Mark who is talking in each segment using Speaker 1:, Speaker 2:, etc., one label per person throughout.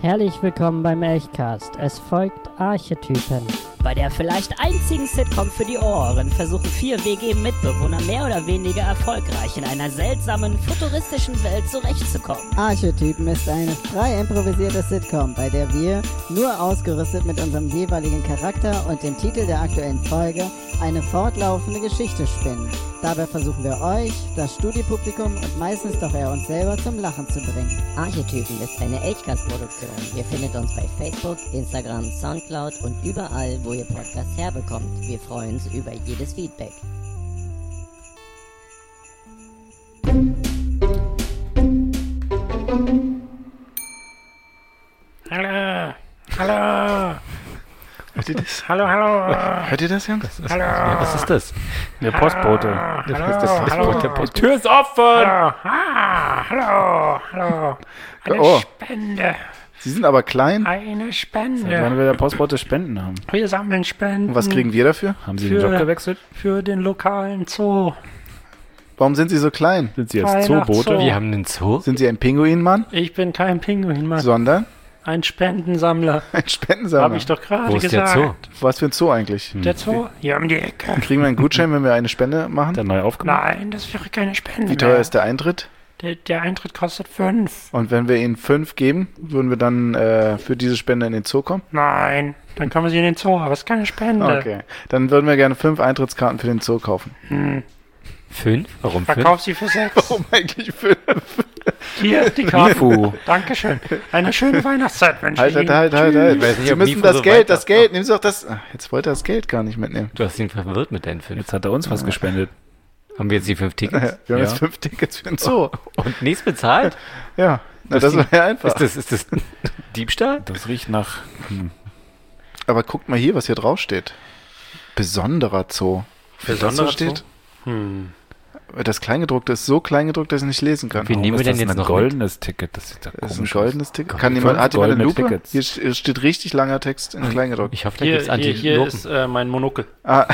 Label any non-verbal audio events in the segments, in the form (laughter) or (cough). Speaker 1: Herrlich willkommen beim Elchcast. Es folgt Archetypen.
Speaker 2: Bei der vielleicht einzigen Sitcom für die Ohren versuchen vier WG-Mitbewohner mehr oder weniger erfolgreich in einer seltsamen, futuristischen Welt zurechtzukommen.
Speaker 3: Archetypen ist eine frei improvisierte Sitcom, bei der wir, nur ausgerüstet mit unserem jeweiligen Charakter und dem Titel der aktuellen Folge, eine fortlaufende Geschichte spinnen. Dabei versuchen wir euch, das Studiepublikum und meistens doch eher uns selber zum Lachen zu bringen.
Speaker 4: Archetypen ist eine Elchcast-Produktion. Ihr findet uns bei Facebook, Instagram, Soundcloud und überall, wo ihr Podcasts herbekommt. Wir freuen uns über jedes Feedback.
Speaker 5: Hallo, hallo,
Speaker 6: Hört ihr das?
Speaker 5: hallo, hallo.
Speaker 6: Hört ihr das, Jungs?
Speaker 5: Hallo.
Speaker 6: Ja, was ist das?
Speaker 7: Der Postbote.
Speaker 6: Das
Speaker 5: Hallo,
Speaker 6: ist das
Speaker 5: hallo.
Speaker 6: Der Post
Speaker 7: Tür ist offen!
Speaker 5: Hallo, ah, hallo, hallo. Eine
Speaker 6: Oh.
Speaker 5: Spende,
Speaker 6: Sie sind aber klein.
Speaker 5: eine
Speaker 7: Wann
Speaker 5: Spende.
Speaker 7: will der Postbote Spenden haben?
Speaker 5: Wir sammeln Spenden
Speaker 6: Und was kriegen wir dafür?
Speaker 7: Haben Sie den
Speaker 5: Für-
Speaker 7: Job gewechselt?
Speaker 5: für den lokalen Zoo.
Speaker 6: Warum sind Sie so klein?
Speaker 7: Sind Sie jetzt
Speaker 5: Weihnachtszoo.
Speaker 7: Zoobote?
Speaker 5: Wir
Speaker 7: haben einen Zoo?
Speaker 6: Sind Sie ein Pinguinmann,
Speaker 5: Ich bin kein Pinguin, Mann.
Speaker 6: sondern
Speaker 5: Ein Spendensammler.
Speaker 6: ein
Speaker 5: Habe
Speaker 6: Spendensammler?
Speaker 5: ich doch gerade
Speaker 8: Wo ist der
Speaker 5: gesagt.
Speaker 8: Zoo?
Speaker 6: Was für ein Zoo eigentlich?
Speaker 7: Hm.
Speaker 5: Der Zoo? Hier um die Ecke.
Speaker 6: Kriegen wir einen Gutschein, wenn wir eine Spende machen?
Speaker 7: Der neu aufgemacht?
Speaker 5: Nein, das wäre keine Spende.
Speaker 6: Wie teuer
Speaker 5: mehr.
Speaker 6: ist der Eintritt?
Speaker 5: Der, der Eintritt kostet fünf.
Speaker 6: Und wenn wir Ihnen fünf geben, würden wir dann äh, für diese Spende in den Zoo kommen?
Speaker 5: Nein, dann kommen sie in den Zoo, aber es ist keine Spende.
Speaker 6: Okay. Dann würden wir gerne fünf Eintrittskarten für den Zoo
Speaker 8: (laughs)
Speaker 6: kaufen.
Speaker 8: Fünf? Warum Um fünf?
Speaker 5: Verkauf sie für sechs.
Speaker 6: Warum eigentlich fünf?
Speaker 5: Hier, die Karten. Dankeschön. Eine schöne Weihnachtszeit wünsche ich
Speaker 6: Halt, halt,
Speaker 5: Ihnen.
Speaker 6: halt, halt, halt.
Speaker 8: Weiß nicht,
Speaker 6: Sie
Speaker 8: ob
Speaker 6: müssen
Speaker 8: Mifu
Speaker 6: das
Speaker 8: so
Speaker 6: Geld,
Speaker 8: weiter-
Speaker 6: das Geld. Nehmen Sie doch das. Ach, Jetzt wollte er das Geld gar nicht mitnehmen.
Speaker 8: Du hast ihn verwirrt mit deinen fünf.
Speaker 7: Jetzt hat er uns was gespendet.
Speaker 8: Ah. Haben wir jetzt die
Speaker 6: (laughs)
Speaker 8: fünf Tickets?
Speaker 6: Wir haben
Speaker 7: Ja.
Speaker 6: jetzt fünf Tickets für den Zoo.
Speaker 8: Oh. Und nichts bezahlt?
Speaker 6: (laughs) Ja, na,
Speaker 8: Das
Speaker 6: das war ja einfach.
Speaker 8: Ist das, ist das Diebstahl?
Speaker 7: Das riecht nach... Hm.
Speaker 6: Aber guckt mal hier, was hier drauf steht. Besonderer Zoo. das so
Speaker 8: Besonderer Hm.
Speaker 6: steht? Das Kleingedruckte ist so kleingedruckt, dass ich nicht lesen kann. Oh,
Speaker 8: Wie nehmen
Speaker 7: Warum
Speaker 8: wir
Speaker 7: ist
Speaker 8: denn
Speaker 7: das
Speaker 8: jetzt
Speaker 7: ein
Speaker 8: noch
Speaker 7: goldenes Ticket? Das sieht ja
Speaker 6: Das ist ein
Speaker 7: komisch
Speaker 6: goldenes Ticket. Kann
Speaker 7: Fünf
Speaker 6: jemand, hat jemand eine
Speaker 7: goldene
Speaker 6: Lupe?
Speaker 7: Tickets.
Speaker 6: Hier st- hier steht richtig langer Text
Speaker 8: (laughs)
Speaker 6: in Kleingedruckt.
Speaker 8: Ich hoffe, da
Speaker 7: Hier-
Speaker 8: gibt es
Speaker 7: hier- hier
Speaker 8: Antilopen.
Speaker 7: Äh, mein Monokel.
Speaker 6: Ah,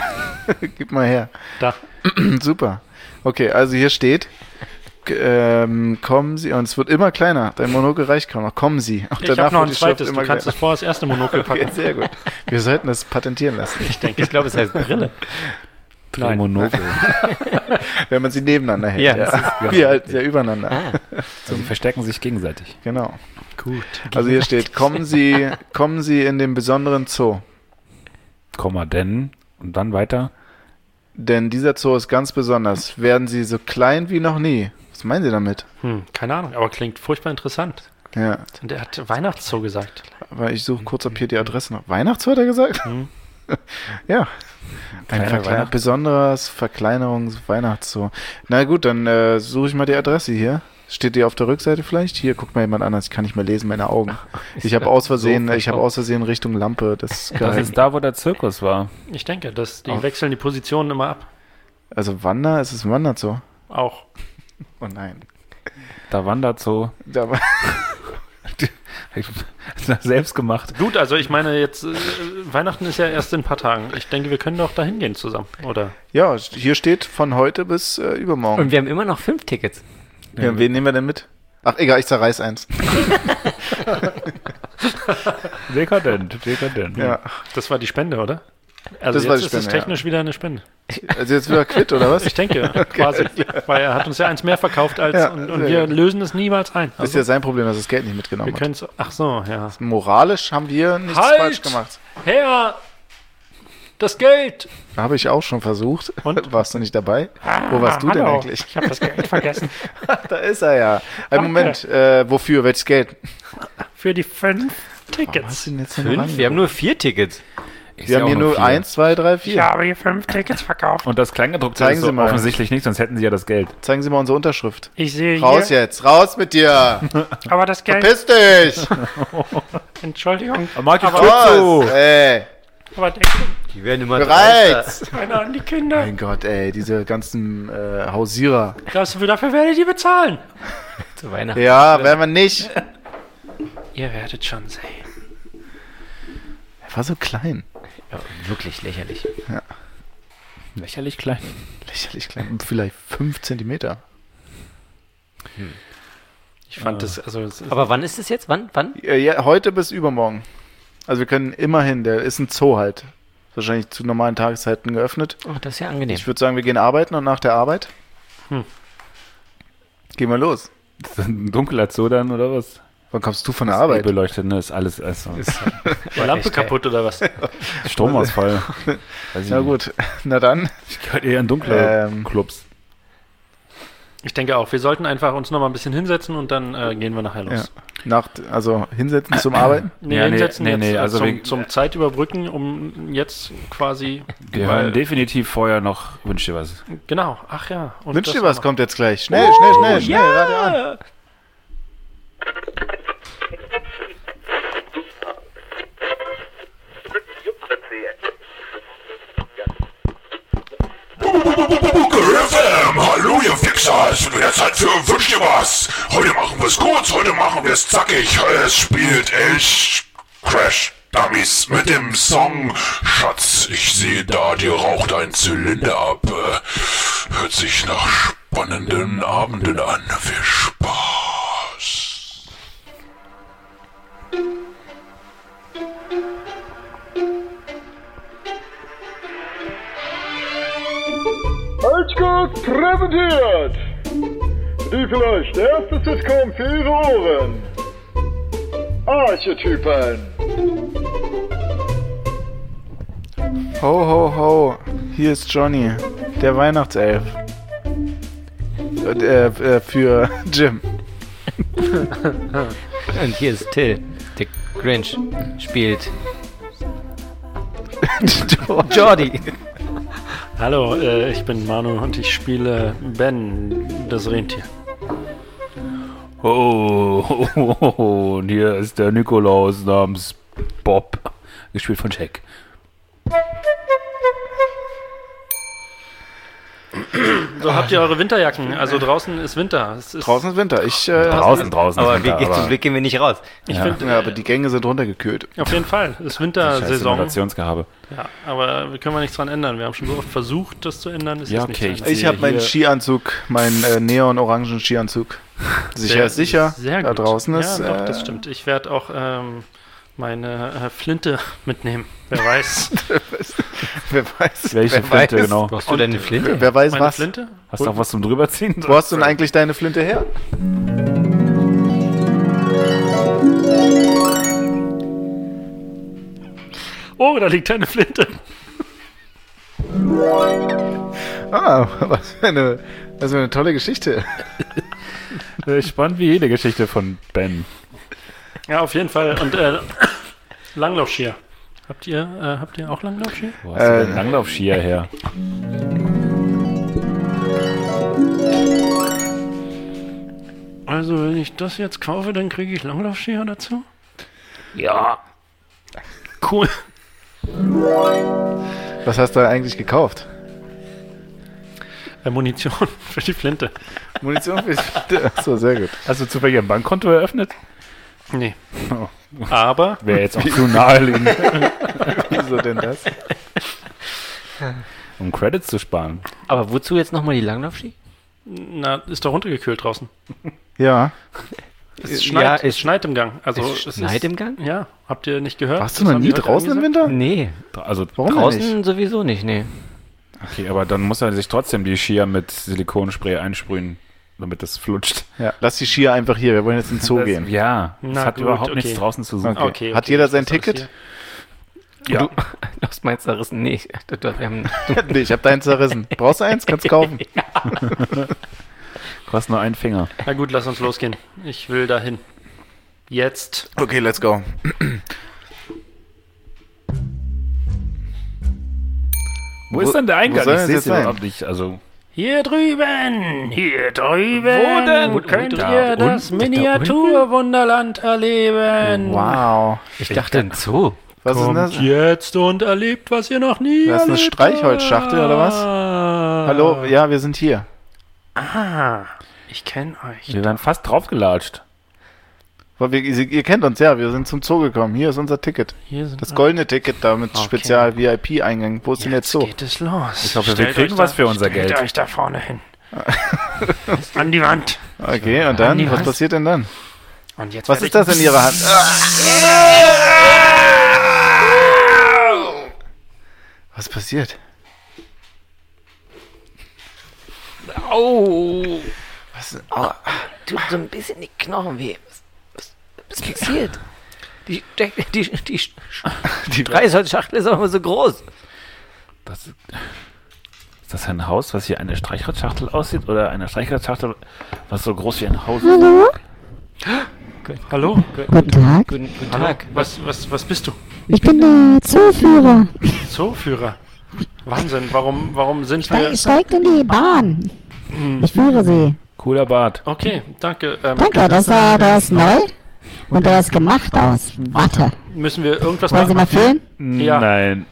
Speaker 6: gib mal her.
Speaker 7: Da.
Speaker 6: (clears throat) Super. Okay, also hier steht, g- ähm, kommen Sie, und es wird immer kleiner. Dein Monokel reicht kaum noch. Kommen Sie. Und
Speaker 5: Ich habe noch
Speaker 6: wird
Speaker 5: ein
Speaker 6: die Schrift
Speaker 5: zweites. Du
Speaker 6: immer
Speaker 5: kannst das
Speaker 6: kleiner.
Speaker 5: vor das erste Monokel
Speaker 6: (laughs)
Speaker 5: packen.
Speaker 6: Okay, sehr gut. Wir sollten das patentieren lassen.
Speaker 8: Ich denke, ich glaube, es heißt Brille.
Speaker 7: Nein.
Speaker 6: (laughs)
Speaker 7: Monokel.
Speaker 6: Wenn man sie nebeneinander hält.
Speaker 8: Ja,
Speaker 6: Ja,
Speaker 8: das
Speaker 5: genau
Speaker 6: Wir halten sie ja übereinander.
Speaker 5: Ah.
Speaker 7: Also die verstärken sich gegenseitig.
Speaker 6: Genau. Gut. Also hier steht, kommen Sie, kommen Sie in den besonderen Zoo.
Speaker 7: Komma, denn... Und dann weiter.
Speaker 6: Denn dieser Zoo ist ganz besonders. Werden Sie so klein wie noch nie. Was meinen Sie damit?
Speaker 5: Hm, keine Ahnung, aber klingt furchtbar interessant.
Speaker 6: Ja,
Speaker 5: Und er hat Weihnachtszoo gesagt.
Speaker 6: aber ich suche kurz ab hier die
Speaker 8: Mhm.
Speaker 6: Adresse noch. Weihnachtszoo hat er gesagt? (laughs) ja. Ein
Speaker 7: Kleiner
Speaker 6: Verkleiner
Speaker 7: Weihnacht-
Speaker 6: besonderes Verkleinerungs-Weihnachtszoo. Na gut, dann äh, suche ich mal die Adresse hier. Steht die auf der Rückseite vielleicht? Hier, guck mal jemand anders. Ich kann nicht mehr lesen, meine Augen.
Speaker 8: (laughs)
Speaker 6: Ich habe aus Versehen, ich habe aus Versehen Richtung Lampe. Das
Speaker 7: Das
Speaker 6: gehalten.
Speaker 7: ist da, wo der Zirkus war.
Speaker 5: Ich denke, dass die
Speaker 6: Auf-
Speaker 5: wechseln die Positionen immer ab.
Speaker 6: Also Wander, es ist ein Wanderzoo.
Speaker 5: Auch.
Speaker 6: Oh nein.
Speaker 7: Da wandert so.
Speaker 6: Da war (laughs)
Speaker 7: (laughs) Selbst gemacht.
Speaker 5: Gut, also ich meine, jetzt äh, Weihnachten ist ja erst in ein paar Tagen. Ich denke, wir können doch dahin gehen zusammen, oder?
Speaker 6: ja, hier steht von heute bis äh, übermorgen.
Speaker 8: Und wir haben immer noch fünf Tickets.
Speaker 6: ja, wen nehmen wir denn mit? Ach, egal, ich zerreiß eins.
Speaker 7: Dekadent, dekadent.
Speaker 6: Ja.
Speaker 5: Das war die Spende, oder? Also
Speaker 6: Das
Speaker 5: jetzt
Speaker 6: war die
Speaker 5: ist es
Speaker 6: Spende, ja.
Speaker 5: technisch wieder eine Spende.
Speaker 6: Also jetzt wieder quitt, oder
Speaker 8: (laughs)
Speaker 6: was?
Speaker 5: Ich
Speaker 6: (laughs)
Speaker 5: denke, quasi. Weil er hat uns ja eins mehr verkauft als
Speaker 6: Ja,
Speaker 5: und, und
Speaker 6: sehr
Speaker 5: wir
Speaker 6: gut.
Speaker 5: lösen es niemals ein.
Speaker 6: Das ist
Speaker 5: Also,
Speaker 6: ja sein Problem, dass er das Geld nicht
Speaker 5: wir
Speaker 6: mitgenommen hat.
Speaker 5: können es. Ach so, ja.
Speaker 6: Moralisch haben wir nichts
Speaker 5: Halt!
Speaker 6: falsch gemacht.
Speaker 5: Herr! Das Geld!
Speaker 6: Habe ich auch schon versucht.
Speaker 5: Und?
Speaker 6: (laughs) Warst du nicht dabei? Wo warst du denn
Speaker 5: Ah, hallo.
Speaker 6: eigentlich? (laughs)
Speaker 5: Ich habe das Geld vergessen.
Speaker 6: Da ist er ja. Ein Moment, äh, wofür? Welches Geld?
Speaker 5: Für die fünf Tickets.
Speaker 6: Was denn jetzt denn
Speaker 8: Fünf? Wir haben nur vier Tickets.
Speaker 7: Ist
Speaker 6: wir
Speaker 7: ja
Speaker 6: haben hier
Speaker 7: auch
Speaker 6: nur
Speaker 7: vier.
Speaker 6: eins, zwei, drei, vier.
Speaker 5: Ich habe hier fünf Tickets verkauft.
Speaker 7: Und das Kleingedruckte
Speaker 6: Zeigen
Speaker 7: ist so
Speaker 6: Sie mal.
Speaker 7: offensichtlich nicht, sonst hätten sie ja das Geld.
Speaker 6: Zeigen Sie mal unsere Unterschrift.
Speaker 5: Ich sehe
Speaker 6: Raus
Speaker 5: hier,
Speaker 6: jetzt, raus mit dir!
Speaker 5: aber das Geld,
Speaker 6: Piss dich!
Speaker 5: Entschuldigung,
Speaker 7: Marc, ich
Speaker 6: Raus! Ey!
Speaker 5: aber der geht
Speaker 8: Die werden immer
Speaker 6: Bereits!
Speaker 5: keiner an die Kinder.
Speaker 6: Mein Gott, ey, diese ganzen äh, Hausierer.
Speaker 5: Das, dafür werdet ihr bezahlen.
Speaker 8: zu Weihnachten.
Speaker 6: Ja, werden wir nicht. Er
Speaker 5: Ihr werdet schon sehen.
Speaker 6: war so klein.
Speaker 8: Ja, wirklich lächerlich.
Speaker 7: Lächerlich klein.
Speaker 6: Lächerlich klein. Vielleicht fünf Zentimeter.
Speaker 8: Ich fand das, also es ist
Speaker 9: Aber wann ist es jetzt? Wann? Wann?
Speaker 6: Äh, ja, heute bis übermorgen. Also wir können immerhin, der ist ein Zoo halt. Wahrscheinlich zu normalen Tageszeiten geöffnet.
Speaker 9: Oh, das ist ja angenehm.
Speaker 6: Ich würde sagen, wir gehen arbeiten und nach der Arbeit
Speaker 8: Hm.
Speaker 6: gehen wir los.
Speaker 7: Ist das ein dunkler Zoo dann oder was?
Speaker 6: Wann kommst du von der
Speaker 7: Das eh
Speaker 6: Arbeit?
Speaker 7: Beleuchtet, ne? Ist alles, also,
Speaker 8: die Lampe
Speaker 9: echt, ey.
Speaker 8: kaputt oder was?
Speaker 6: (laughs)
Speaker 7: Stromausfall. Weiß ich
Speaker 6: Na
Speaker 7: nicht.
Speaker 6: gut, (laughs) na dann.
Speaker 7: Ich gehört eher in dunkle
Speaker 6: Ähm.
Speaker 7: Clubs.
Speaker 8: Ich denke auch, wir sollten einfach uns nochmal ein bisschen hinsetzen und dann äh, gehen wir nachher los.
Speaker 6: Nach, also hinsetzen
Speaker 8: (clears throat)
Speaker 6: zum Arbeiten.
Speaker 8: Nee,
Speaker 7: Ja, nee,
Speaker 8: hinsetzen
Speaker 7: nee,
Speaker 8: jetzt
Speaker 7: nee,
Speaker 8: äh,
Speaker 7: also
Speaker 8: zum,
Speaker 7: wir-
Speaker 8: zum Zeitüberbrücken, um jetzt quasi.
Speaker 7: Wir
Speaker 8: Weil-
Speaker 7: hören definitiv vorher noch Wünsch dir was.
Speaker 8: Genau, ach ja. Und
Speaker 6: Wünsch
Speaker 8: das
Speaker 6: dir was,
Speaker 8: nochmal. Oh,
Speaker 6: kommt jetzt gleich. Schnell, schnell, schnell, schnell, warte an.
Speaker 10: Google FM, hallo ihr Fixer, es wird wieder Zeit für Wünsch dir was. Heute machen wir's kurz, heute machen wir's zackig. Es spielt Elch Crash Dummies mit dem Song Schatz, ich sehe da, dir raucht ein Zylinder ab. Äh, Hört sich nach spannenden Abenden an. Viel Spaß.
Speaker 11: Holzgut präsentiert! Die vielleicht erste Sitcom für Ihre Ohren. Archetypen.
Speaker 6: Ho, ho, ho. Hier ist Johnny, der Weihnachtself. Und, Äh, äh, für (laughs) Jim.
Speaker 9: Und hier ist Till. Der Grinch spielt Jordi.
Speaker 8: Hallo, äh, ich bin Manu und ich spiele Ben, das Rentier.
Speaker 7: Oh, oh, (laughs) oh, oh, oh, und hier ist der Nikolaus namens Bob, gespielt von Jack.
Speaker 8: So, habt ihr eure Winterjacken? Also draußen ist Winter. Es ist,
Speaker 6: Draußen ist Winter. Ich, äh,
Speaker 7: Draußen, draußen.
Speaker 9: Aber
Speaker 7: sind
Speaker 9: wir
Speaker 7: da,
Speaker 9: gehen, zum Glück gehen wir nicht raus.
Speaker 8: Ich
Speaker 7: Ja.
Speaker 8: finde,
Speaker 6: ja, aber die Gänge sind runtergekühlt.
Speaker 8: auf jeden Fall, ist
Speaker 7: Scheiß
Speaker 8: Wintersaison.
Speaker 7: Simulationsgehabe.
Speaker 8: Ja, aber wir können wir nichts dran ändern. Wir haben schon so oft versucht, das zu ändern. Es
Speaker 7: Ja,
Speaker 8: ist nicht
Speaker 7: okay,
Speaker 8: zu ändern.
Speaker 6: Ich habe
Speaker 7: Hier-
Speaker 6: meinen Skianzug, meinen äh, neon-orangen Skianzug. Sicher
Speaker 8: Sehr-
Speaker 6: ist sicher.
Speaker 8: Sehr
Speaker 6: da
Speaker 8: gut.
Speaker 6: draußen ist.
Speaker 8: Ja, doch,
Speaker 6: äh,
Speaker 8: das stimmt. Ich werde auch ähm, meine äh, Flinte mitnehmen. Wer
Speaker 6: (laughs)
Speaker 8: weiß.
Speaker 6: Wer weiß.
Speaker 7: Welche
Speaker 6: (laughs) wer
Speaker 7: Flinte,
Speaker 6: weiß,
Speaker 7: genau.
Speaker 9: Brauchst du denn eine Flinte?
Speaker 6: Wer weiß
Speaker 8: meine
Speaker 6: was.
Speaker 8: Flinte?
Speaker 7: Hast du auch was zum drüberziehen?
Speaker 6: (laughs) Wo hast du denn eigentlich deine Flinte her?
Speaker 8: Oh, da liegt eine Flinte.
Speaker 6: Ah, (laughs) was für eine, was für eine tolle Geschichte.
Speaker 7: Äh, Spannend wie jede Geschichte von Ben.
Speaker 8: Ja, auf jeden Fall. Und äh, (coughs) Langlaufschier. Habt ihr, äh, habt ihr auch Langlaufschier?
Speaker 7: Wo hast du
Speaker 6: Äh,
Speaker 7: denn Langlaufskier
Speaker 6: (laughs)
Speaker 7: her?
Speaker 8: Also, wenn ich das jetzt kaufe, dann kriege ich Langlaufschier dazu?
Speaker 9: Ja.
Speaker 8: Cool. (laughs)
Speaker 6: Was hast du eigentlich gekauft?
Speaker 8: Äh, Munition für die Flinte.
Speaker 6: Munition für die (laughs) Flinte. Achso, sehr gut.
Speaker 7: Hast du zufällig ein Bankkonto eröffnet?
Speaker 8: Nee.
Speaker 6: Oh.
Speaker 8: Aber
Speaker 7: Wäre jetzt auch zu naheliegend,
Speaker 6: Wieso denn das?
Speaker 7: (laughs) um Credits zu sparen.
Speaker 9: Aber wozu jetzt nochmal die Langlaufski?
Speaker 8: na, ist doch runtergekühlt draußen.
Speaker 6: Ja.
Speaker 8: Es schneit,
Speaker 9: ja,
Speaker 8: es
Speaker 9: es-
Speaker 8: schneit im Gang. Also
Speaker 9: es schneit
Speaker 8: ist,
Speaker 9: im Gang?
Speaker 8: Ja, habt ihr nicht gehört?
Speaker 6: Warst du
Speaker 8: Das
Speaker 6: noch
Speaker 8: haben
Speaker 6: nie
Speaker 8: die Leute
Speaker 6: draußen im
Speaker 8: angesagt.
Speaker 6: Winter?
Speaker 9: Nee.
Speaker 7: Also,
Speaker 6: Warum denn
Speaker 9: Draußen
Speaker 6: nicht?
Speaker 9: sowieso nicht, nee.
Speaker 7: okay, aber dann muss er sich trotzdem die Skier mit Silikonspray einsprühen, damit das flutscht.
Speaker 6: Ja, lass die Skier einfach hier. Wir wollen jetzt ins Zoo
Speaker 7: Das-
Speaker 6: gehen.
Speaker 7: Ja, das
Speaker 8: Na
Speaker 7: hat
Speaker 8: gut,
Speaker 7: überhaupt
Speaker 8: okay.
Speaker 7: nichts draußen zu suchen.
Speaker 6: Okay. Hat jeder
Speaker 8: das
Speaker 6: sein
Speaker 8: ist alles
Speaker 6: Ticket?
Speaker 8: hier.
Speaker 7: Ja.
Speaker 9: Aus Mainz zerrissen, nee. ich- du- du- Wir haben
Speaker 6: (laughs) Nee, ich habe deins zerrissen. Brauchst du eins? Kannst kaufen.
Speaker 7: Du hast nur einen Finger.
Speaker 8: Na gut, lass uns losgehen. Ich will dahin. Jetzt.
Speaker 6: (laughs) Okay, let's go.
Speaker 7: Wo, ist denn der Eingang?
Speaker 6: soll das
Speaker 7: seh's
Speaker 6: jetzt
Speaker 7: hier
Speaker 6: sein?
Speaker 7: überhaupt nicht. Also,
Speaker 8: Hier drüben, hier drüben.
Speaker 7: Wo denn? Wo-
Speaker 8: Könnt
Speaker 7: wo denn? Da
Speaker 8: ihr das
Speaker 7: unten? Da
Speaker 8: Miniaturwunderland erleben?
Speaker 6: Wow.
Speaker 9: Ich dachte, ein Zoo.
Speaker 6: Was ist denn das?
Speaker 8: Kommt jetzt und erlebt, was ihr noch nie
Speaker 6: Das ist eine
Speaker 8: erlebt
Speaker 6: Streichholzschachtel, oder was?
Speaker 8: habt.
Speaker 6: Hallo, ja, wir sind hier.
Speaker 8: Ah, ich kenne euch.
Speaker 7: wir wären fast draufgelatscht.
Speaker 6: Weil wir, ihr ihr kennt uns, ja, wir sind zum Zoo gekommen. Hier ist unser Ticket.
Speaker 8: Hier sind
Speaker 6: Das goldene Ticket da mit Spezial-VIP-Eingang. Wo ist denn jetzt
Speaker 8: Jetzt
Speaker 6: Zoo?
Speaker 8: geht es los. Ich
Speaker 7: glaube, wir kriegen was für unser Geld.
Speaker 6: (laughs)
Speaker 8: Stellt euch da vorne hin. An die Wand.
Speaker 6: Okay, und dann?
Speaker 8: An die
Speaker 6: Was
Speaker 8: Wand.
Speaker 6: passiert denn dann?
Speaker 8: Und jetzt
Speaker 6: Was
Speaker 8: werd
Speaker 6: ist das
Speaker 8: ich-
Speaker 6: in Ihrer Hand? Was passiert?
Speaker 12: Au.
Speaker 6: Was?
Speaker 12: Tut so ein bisschen die Knochen weh. Was, was, was passiert? Die, die, die, die, die Reisholzschachtel ist aber so groß.
Speaker 7: Das, Ist das ein Haus, was hier eine Streichholzschachtel aussieht? Oder eine Streichholzschachtel, was so groß wie ein Haus ist?
Speaker 3: Hallo?
Speaker 8: Hallo?
Speaker 3: Guten Tag.
Speaker 12: Guten, guten
Speaker 8: Hallo.
Speaker 12: Tag.
Speaker 8: Was, was, was bist du?
Speaker 3: Ich bin der Zooführer.
Speaker 8: Zooführer. Wahnsinn, warum, warum sind
Speaker 3: Ste
Speaker 8: wir...
Speaker 3: steigt in die Bahn.
Speaker 6: Mhm.
Speaker 3: Ich führe sie.
Speaker 7: Cooler Bart.
Speaker 8: Okay, danke. Ähm,
Speaker 3: Danke, das, äh, der ist neu und der ist gemacht aus Watte.
Speaker 8: Müssen wir irgendwas
Speaker 3: Wollen Sie mal filmen?
Speaker 8: Ja.
Speaker 7: Hm, Nein.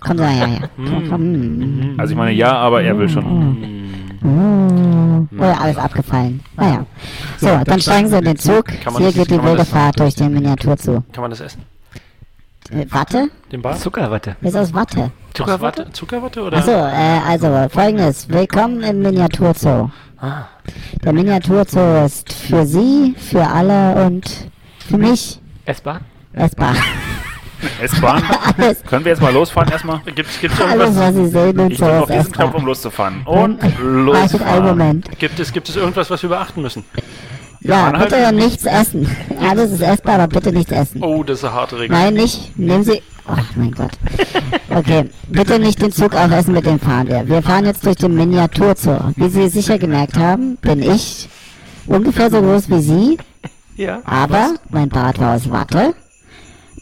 Speaker 3: Komm, ja, ja, ja. Komm, komm.
Speaker 7: Also ich meine ja, aber er will schon.
Speaker 3: Oh, oh ja, alles abgefallen. Naja. So, dann steigen Sie in den Zug.
Speaker 8: Kann man
Speaker 3: Hier
Speaker 8: das-
Speaker 3: geht die
Speaker 8: kann man
Speaker 3: wilde
Speaker 8: das-
Speaker 3: Fahrt durch den Miniaturzoo.
Speaker 8: Kann man das essen?
Speaker 3: Äh, Watte?
Speaker 8: Den Bart?
Speaker 12: Zuckerwatte.
Speaker 3: Ist aus Watte.
Speaker 8: Zuckerwatte? Aus Watte? Zuckerwatte oder?
Speaker 3: Achso, äh, also folgendes. Willkommen im Miniaturzoo.
Speaker 8: Ah.
Speaker 3: Der Miniaturzoo ist für Sie, für alle und für mich
Speaker 12: Essbar?
Speaker 3: essbar.
Speaker 7: S-Bahn?
Speaker 3: (laughs) Alles.
Speaker 7: Können wir jetzt mal losfahren erstmal?
Speaker 8: Gibt's, gibt's
Speaker 3: Alles, was Sie sehen und
Speaker 7: Ich
Speaker 3: so
Speaker 7: drücke auf
Speaker 3: ist
Speaker 7: diesen
Speaker 3: essbar.
Speaker 7: Knopf, um loszufahren. Und
Speaker 3: Wartet einen
Speaker 7: losfahren.
Speaker 3: Moment.
Speaker 8: Gibt es, gibt es irgendwas, was wir beachten müssen?
Speaker 3: Ja, bitte nichts essen. Alles ist essbar, aber bitte nichts essen.
Speaker 8: Oh, das ist eine harte Regel.
Speaker 3: Nein, nicht. Nehmen Sie. Ach, mein Gott. Okay, bitte nicht den Zug aufessen, mit dem fahren wir. Wir fahren jetzt durch den Miniaturzoo. Wie Sie sicher gemerkt haben, bin ich ungefähr so groß wie Sie,
Speaker 12: Ja.
Speaker 3: aber mein Bart war aus Watte.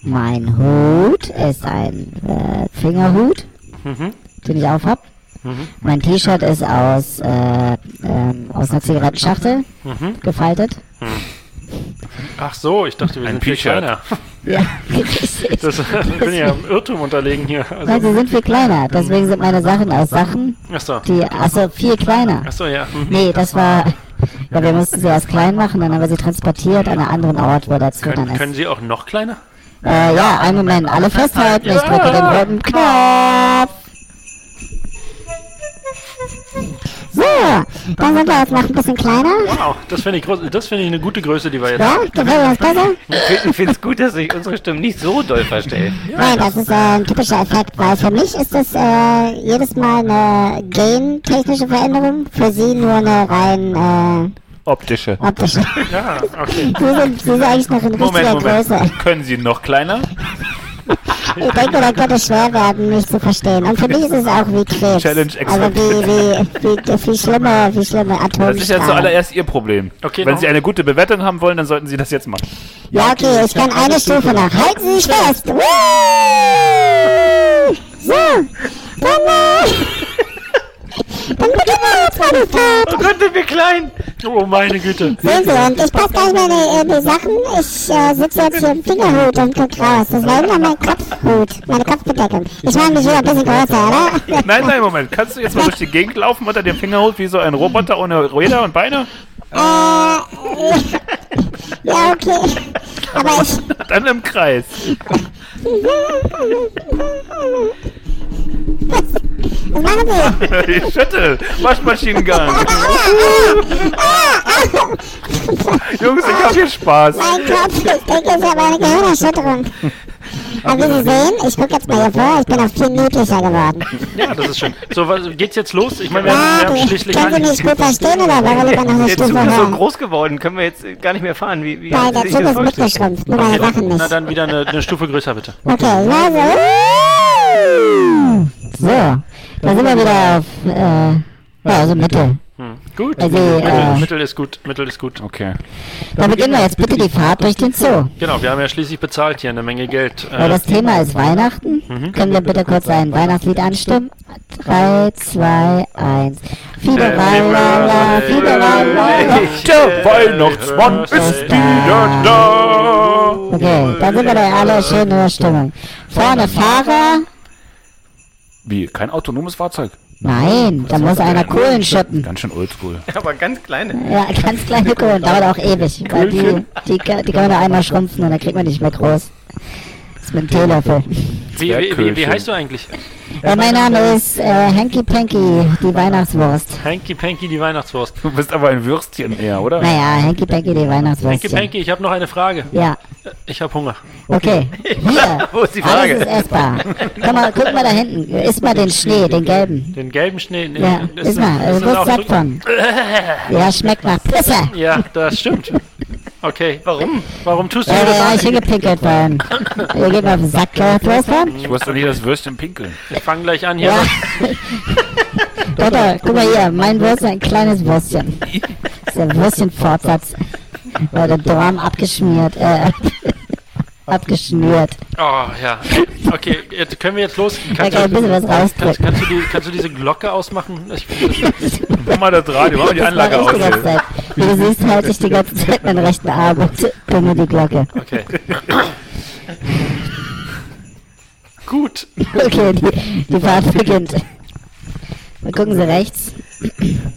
Speaker 3: Mein Hut ist ein äh, Fingerhut,
Speaker 12: Mhm.
Speaker 3: den ich aufhab.
Speaker 12: Mhm.
Speaker 3: Mein T-Shirt ist aus, äh, ähm, aus einer Zigarettenschachtel
Speaker 8: Mhm.
Speaker 3: gefaltet.
Speaker 8: Ach so, ich dachte, wir
Speaker 7: Ein
Speaker 8: sind viel
Speaker 7: P-Shirt.
Speaker 8: kleiner.
Speaker 3: (laughs) Ja,
Speaker 8: das, ich (laughs) bin ja im Irrtum unterlegen hier. Also,
Speaker 3: Nein, sie sind viel kleiner. Deswegen sind meine Sachen aus Sachen,
Speaker 8: Ach so.
Speaker 3: die, achso, viel kleiner.
Speaker 8: Achso, ja. Mhm.
Speaker 3: Nee, das war, ja, wir mussten sie erst klein machen, dann haben wir sie transportiert an einen anderen Ort, wo der Zoo dann
Speaker 8: Können,
Speaker 3: ist.
Speaker 8: können Sie auch noch kleiner?
Speaker 3: Äh, ja, einen Moment, alle festhalten, ich drücke den roten Knopf. So, dann sind wir jetzt noch ein bisschen kleiner.
Speaker 8: Wow, Oh, das finde ich, groß, das finde ich eine gute Größe, die wir jetzt
Speaker 3: Ja,
Speaker 8: haben.
Speaker 3: gefällt dir das besser?
Speaker 12: Ich finde es gut, dass sich unsere Stimmen nicht so doll verstellen.
Speaker 3: Nein, das ist äh, ein typischer Effekt, weil für mich ist das äh, jedes Mal eine gentechnische Veränderung, für sie nur eine rein
Speaker 7: Optische.
Speaker 3: äh, optische.
Speaker 8: Ja,
Speaker 3: (laughs) Sie sind, sie sind eigentlich noch in
Speaker 7: Moment,
Speaker 3: richtiger Größe.
Speaker 7: Moment. Können Sie noch kleiner?
Speaker 3: Ich denke, da könnte es schwer werden, mich zu verstehen. Und für mich ist es auch wie Krebs.
Speaker 7: Challenge
Speaker 3: also wie, wie, wie, wie schlimme, wie schlimme Atomstrahlung.
Speaker 7: Das ist ja zuallererst Ihr Problem. Wenn Sie eine gute Bewertung haben wollen, dann sollten Sie das jetzt machen.
Speaker 3: Ja, okay, ich kann eine Stufe nach. Halten Sie sich fest! Woo! So, dann, äh, (laughs) dann beginnen wir jetzt mal die Fahrt.
Speaker 12: Oh Gott, sind wir klein!
Speaker 8: Oh meine Güte.
Speaker 3: Sehen Sie, und ich passe gar nicht mehr in äh, die, in die Sachen. Ich äh, sitze jetzt hier im Fingerhut und guck raus. Das war immer mein Kopfhut, meine Kopfbedeckung. Ich mache mich wieder ein bisschen größer, oder?
Speaker 7: Nein, nein, Moment. Kannst du jetzt mal durch die Gegend laufen unter dem Fingerhut wie so ein Roboter ohne Räder und Beine?
Speaker 3: Äh, (laughs) Ja, okay. Aber ich,
Speaker 7: Dann im Kreis.
Speaker 3: was machen Sie? Ah,
Speaker 7: Schüttel, Waschmaschinengang. Jungs, ich hab hier Spaß.
Speaker 3: Mein Kopf, ich denke, es ist aber eine Gehirnerschütterung. Aber wie Sie sehen, ich gucke jetzt mal hier vor, ich bin auch viel niedlicher geworden.
Speaker 8: Ja, das ist schön. So, was, geht's jetzt los? Ich meine, wir haben, wir haben schließlich
Speaker 3: Können Sie mich gut verstehen oder wollen wir lieber noch eine
Speaker 12: Der Zug
Speaker 3: Stufe
Speaker 12: ist so
Speaker 3: höher?
Speaker 12: groß geworden, können wir jetzt gar nicht mehr fahren. Wie, wie
Speaker 3: Nein,
Speaker 12: haben Sie
Speaker 3: der
Speaker 12: sich
Speaker 3: Zug
Speaker 12: das
Speaker 3: ist
Speaker 12: vorgestellt?
Speaker 3: mitgeschrumpft, nur meine Sachen
Speaker 8: Na
Speaker 3: nicht.
Speaker 8: dann wieder eine, eine Stufe größer, bitte.
Speaker 3: Okay, leise. So, da sind wir wieder auf, äh, ja, also Mitte.
Speaker 8: Hm. Gut.
Speaker 3: Also,
Speaker 8: Mittel,
Speaker 3: äh,
Speaker 8: Mittel ist gut, Mittel ist gut.
Speaker 7: Okay.
Speaker 3: Dann beginnen wir jetzt bitte die Fahrt durch den Zoo.
Speaker 8: Genau, wir haben ja schließlich bezahlt hier eine Menge Geld.
Speaker 3: Weil das Thema ist Weihnachten. Können wir Mhm. bitte kurz ein Weihnachtslied anstimmen? 3, 2, 1. Viele Weihnachten, viele Weihnachten.
Speaker 7: Der
Speaker 2: Äh,
Speaker 7: Weihnachtsmann ist wieder da.
Speaker 8: Äh,
Speaker 3: Okay, dann sind wir doch alle schön in der Stimmung. Vorne Fahrer?
Speaker 7: Wie, kein autonomes Fahrzeug?
Speaker 3: Nein, da muss einer Kohlen
Speaker 2: Hm.
Speaker 3: schöpfen.
Speaker 7: Ganz schön oldschool.
Speaker 12: Aber ganz kleine.
Speaker 3: Ja, ganz kleine Kohlen, dauert auch ewig. Weil die, die, die kann man nur einmal schrumpfen und dann kriegt man die nicht mehr groß. Das
Speaker 2: Mit dem Teelöffel.
Speaker 8: Wie, wie, wie, wie heißt du eigentlich?
Speaker 2: Äh, mein Name ist äh, Hanky Panky, die Weihnachtswurst.
Speaker 8: Hanky Panky, die Weihnachtswurst.
Speaker 7: Du bist aber ein Würstchen eher, oder?
Speaker 2: Naja, Hanky Panky, die
Speaker 8: Hanky
Speaker 2: Weihnachtswurst.
Speaker 8: Panky, ich habe noch eine Frage.
Speaker 2: Ja.
Speaker 8: Ich habe Hunger.
Speaker 2: Okay, hier.
Speaker 8: Wo ist die
Speaker 2: Alles ist essbar. Komm mal, guck mal da hinten. Iss mal den Schnee, den gelben.
Speaker 8: Den gelben Schnee. ne,
Speaker 2: Ja,
Speaker 8: das-
Speaker 2: iss mal, äh, Also,
Speaker 8: das
Speaker 2: du wirst
Speaker 8: auch
Speaker 2: satt
Speaker 8: drück-
Speaker 2: von. Ja, schmeckt nach Pisse.
Speaker 8: Ja, das stimmt. Okay, warum? Warum tust du
Speaker 2: Ja,
Speaker 8: das?
Speaker 2: ja, ich hingepinkelt worden. Ihr geht mal auf den Sack, gell, was von?
Speaker 7: Ich wusste nicht, dass Würstchen pinkeln.
Speaker 8: Ich fange gleich an hier.
Speaker 2: Dotter, guck mal hier, mein Würstchen, ein kleines Würstchen. Das ist ein Würstchenfortsatz. (laughs) War der Dorm abgeschmiert, äh, (laughs) abgeschnürt.
Speaker 8: Oh, ja. Okay, jetzt können wir jetzt los.
Speaker 2: kann ein bisschen was
Speaker 8: kannst,
Speaker 2: rausdrücken.
Speaker 8: kannst, du die, kannst du diese Glocke ausmachen? Ich,
Speaker 7: Mach mal das Radio, mach mal die
Speaker 2: Das
Speaker 7: Anlage
Speaker 2: mach
Speaker 7: aus.
Speaker 2: ich die ganze Zeit. Wie du siehst, halte ich die ganze Zeit meinen rechten Arm und bumme die Glocke. (laughs)
Speaker 8: okay. Gut.
Speaker 2: Okay, die, die Fahrt beginnt. Mal gucken Sie rechts,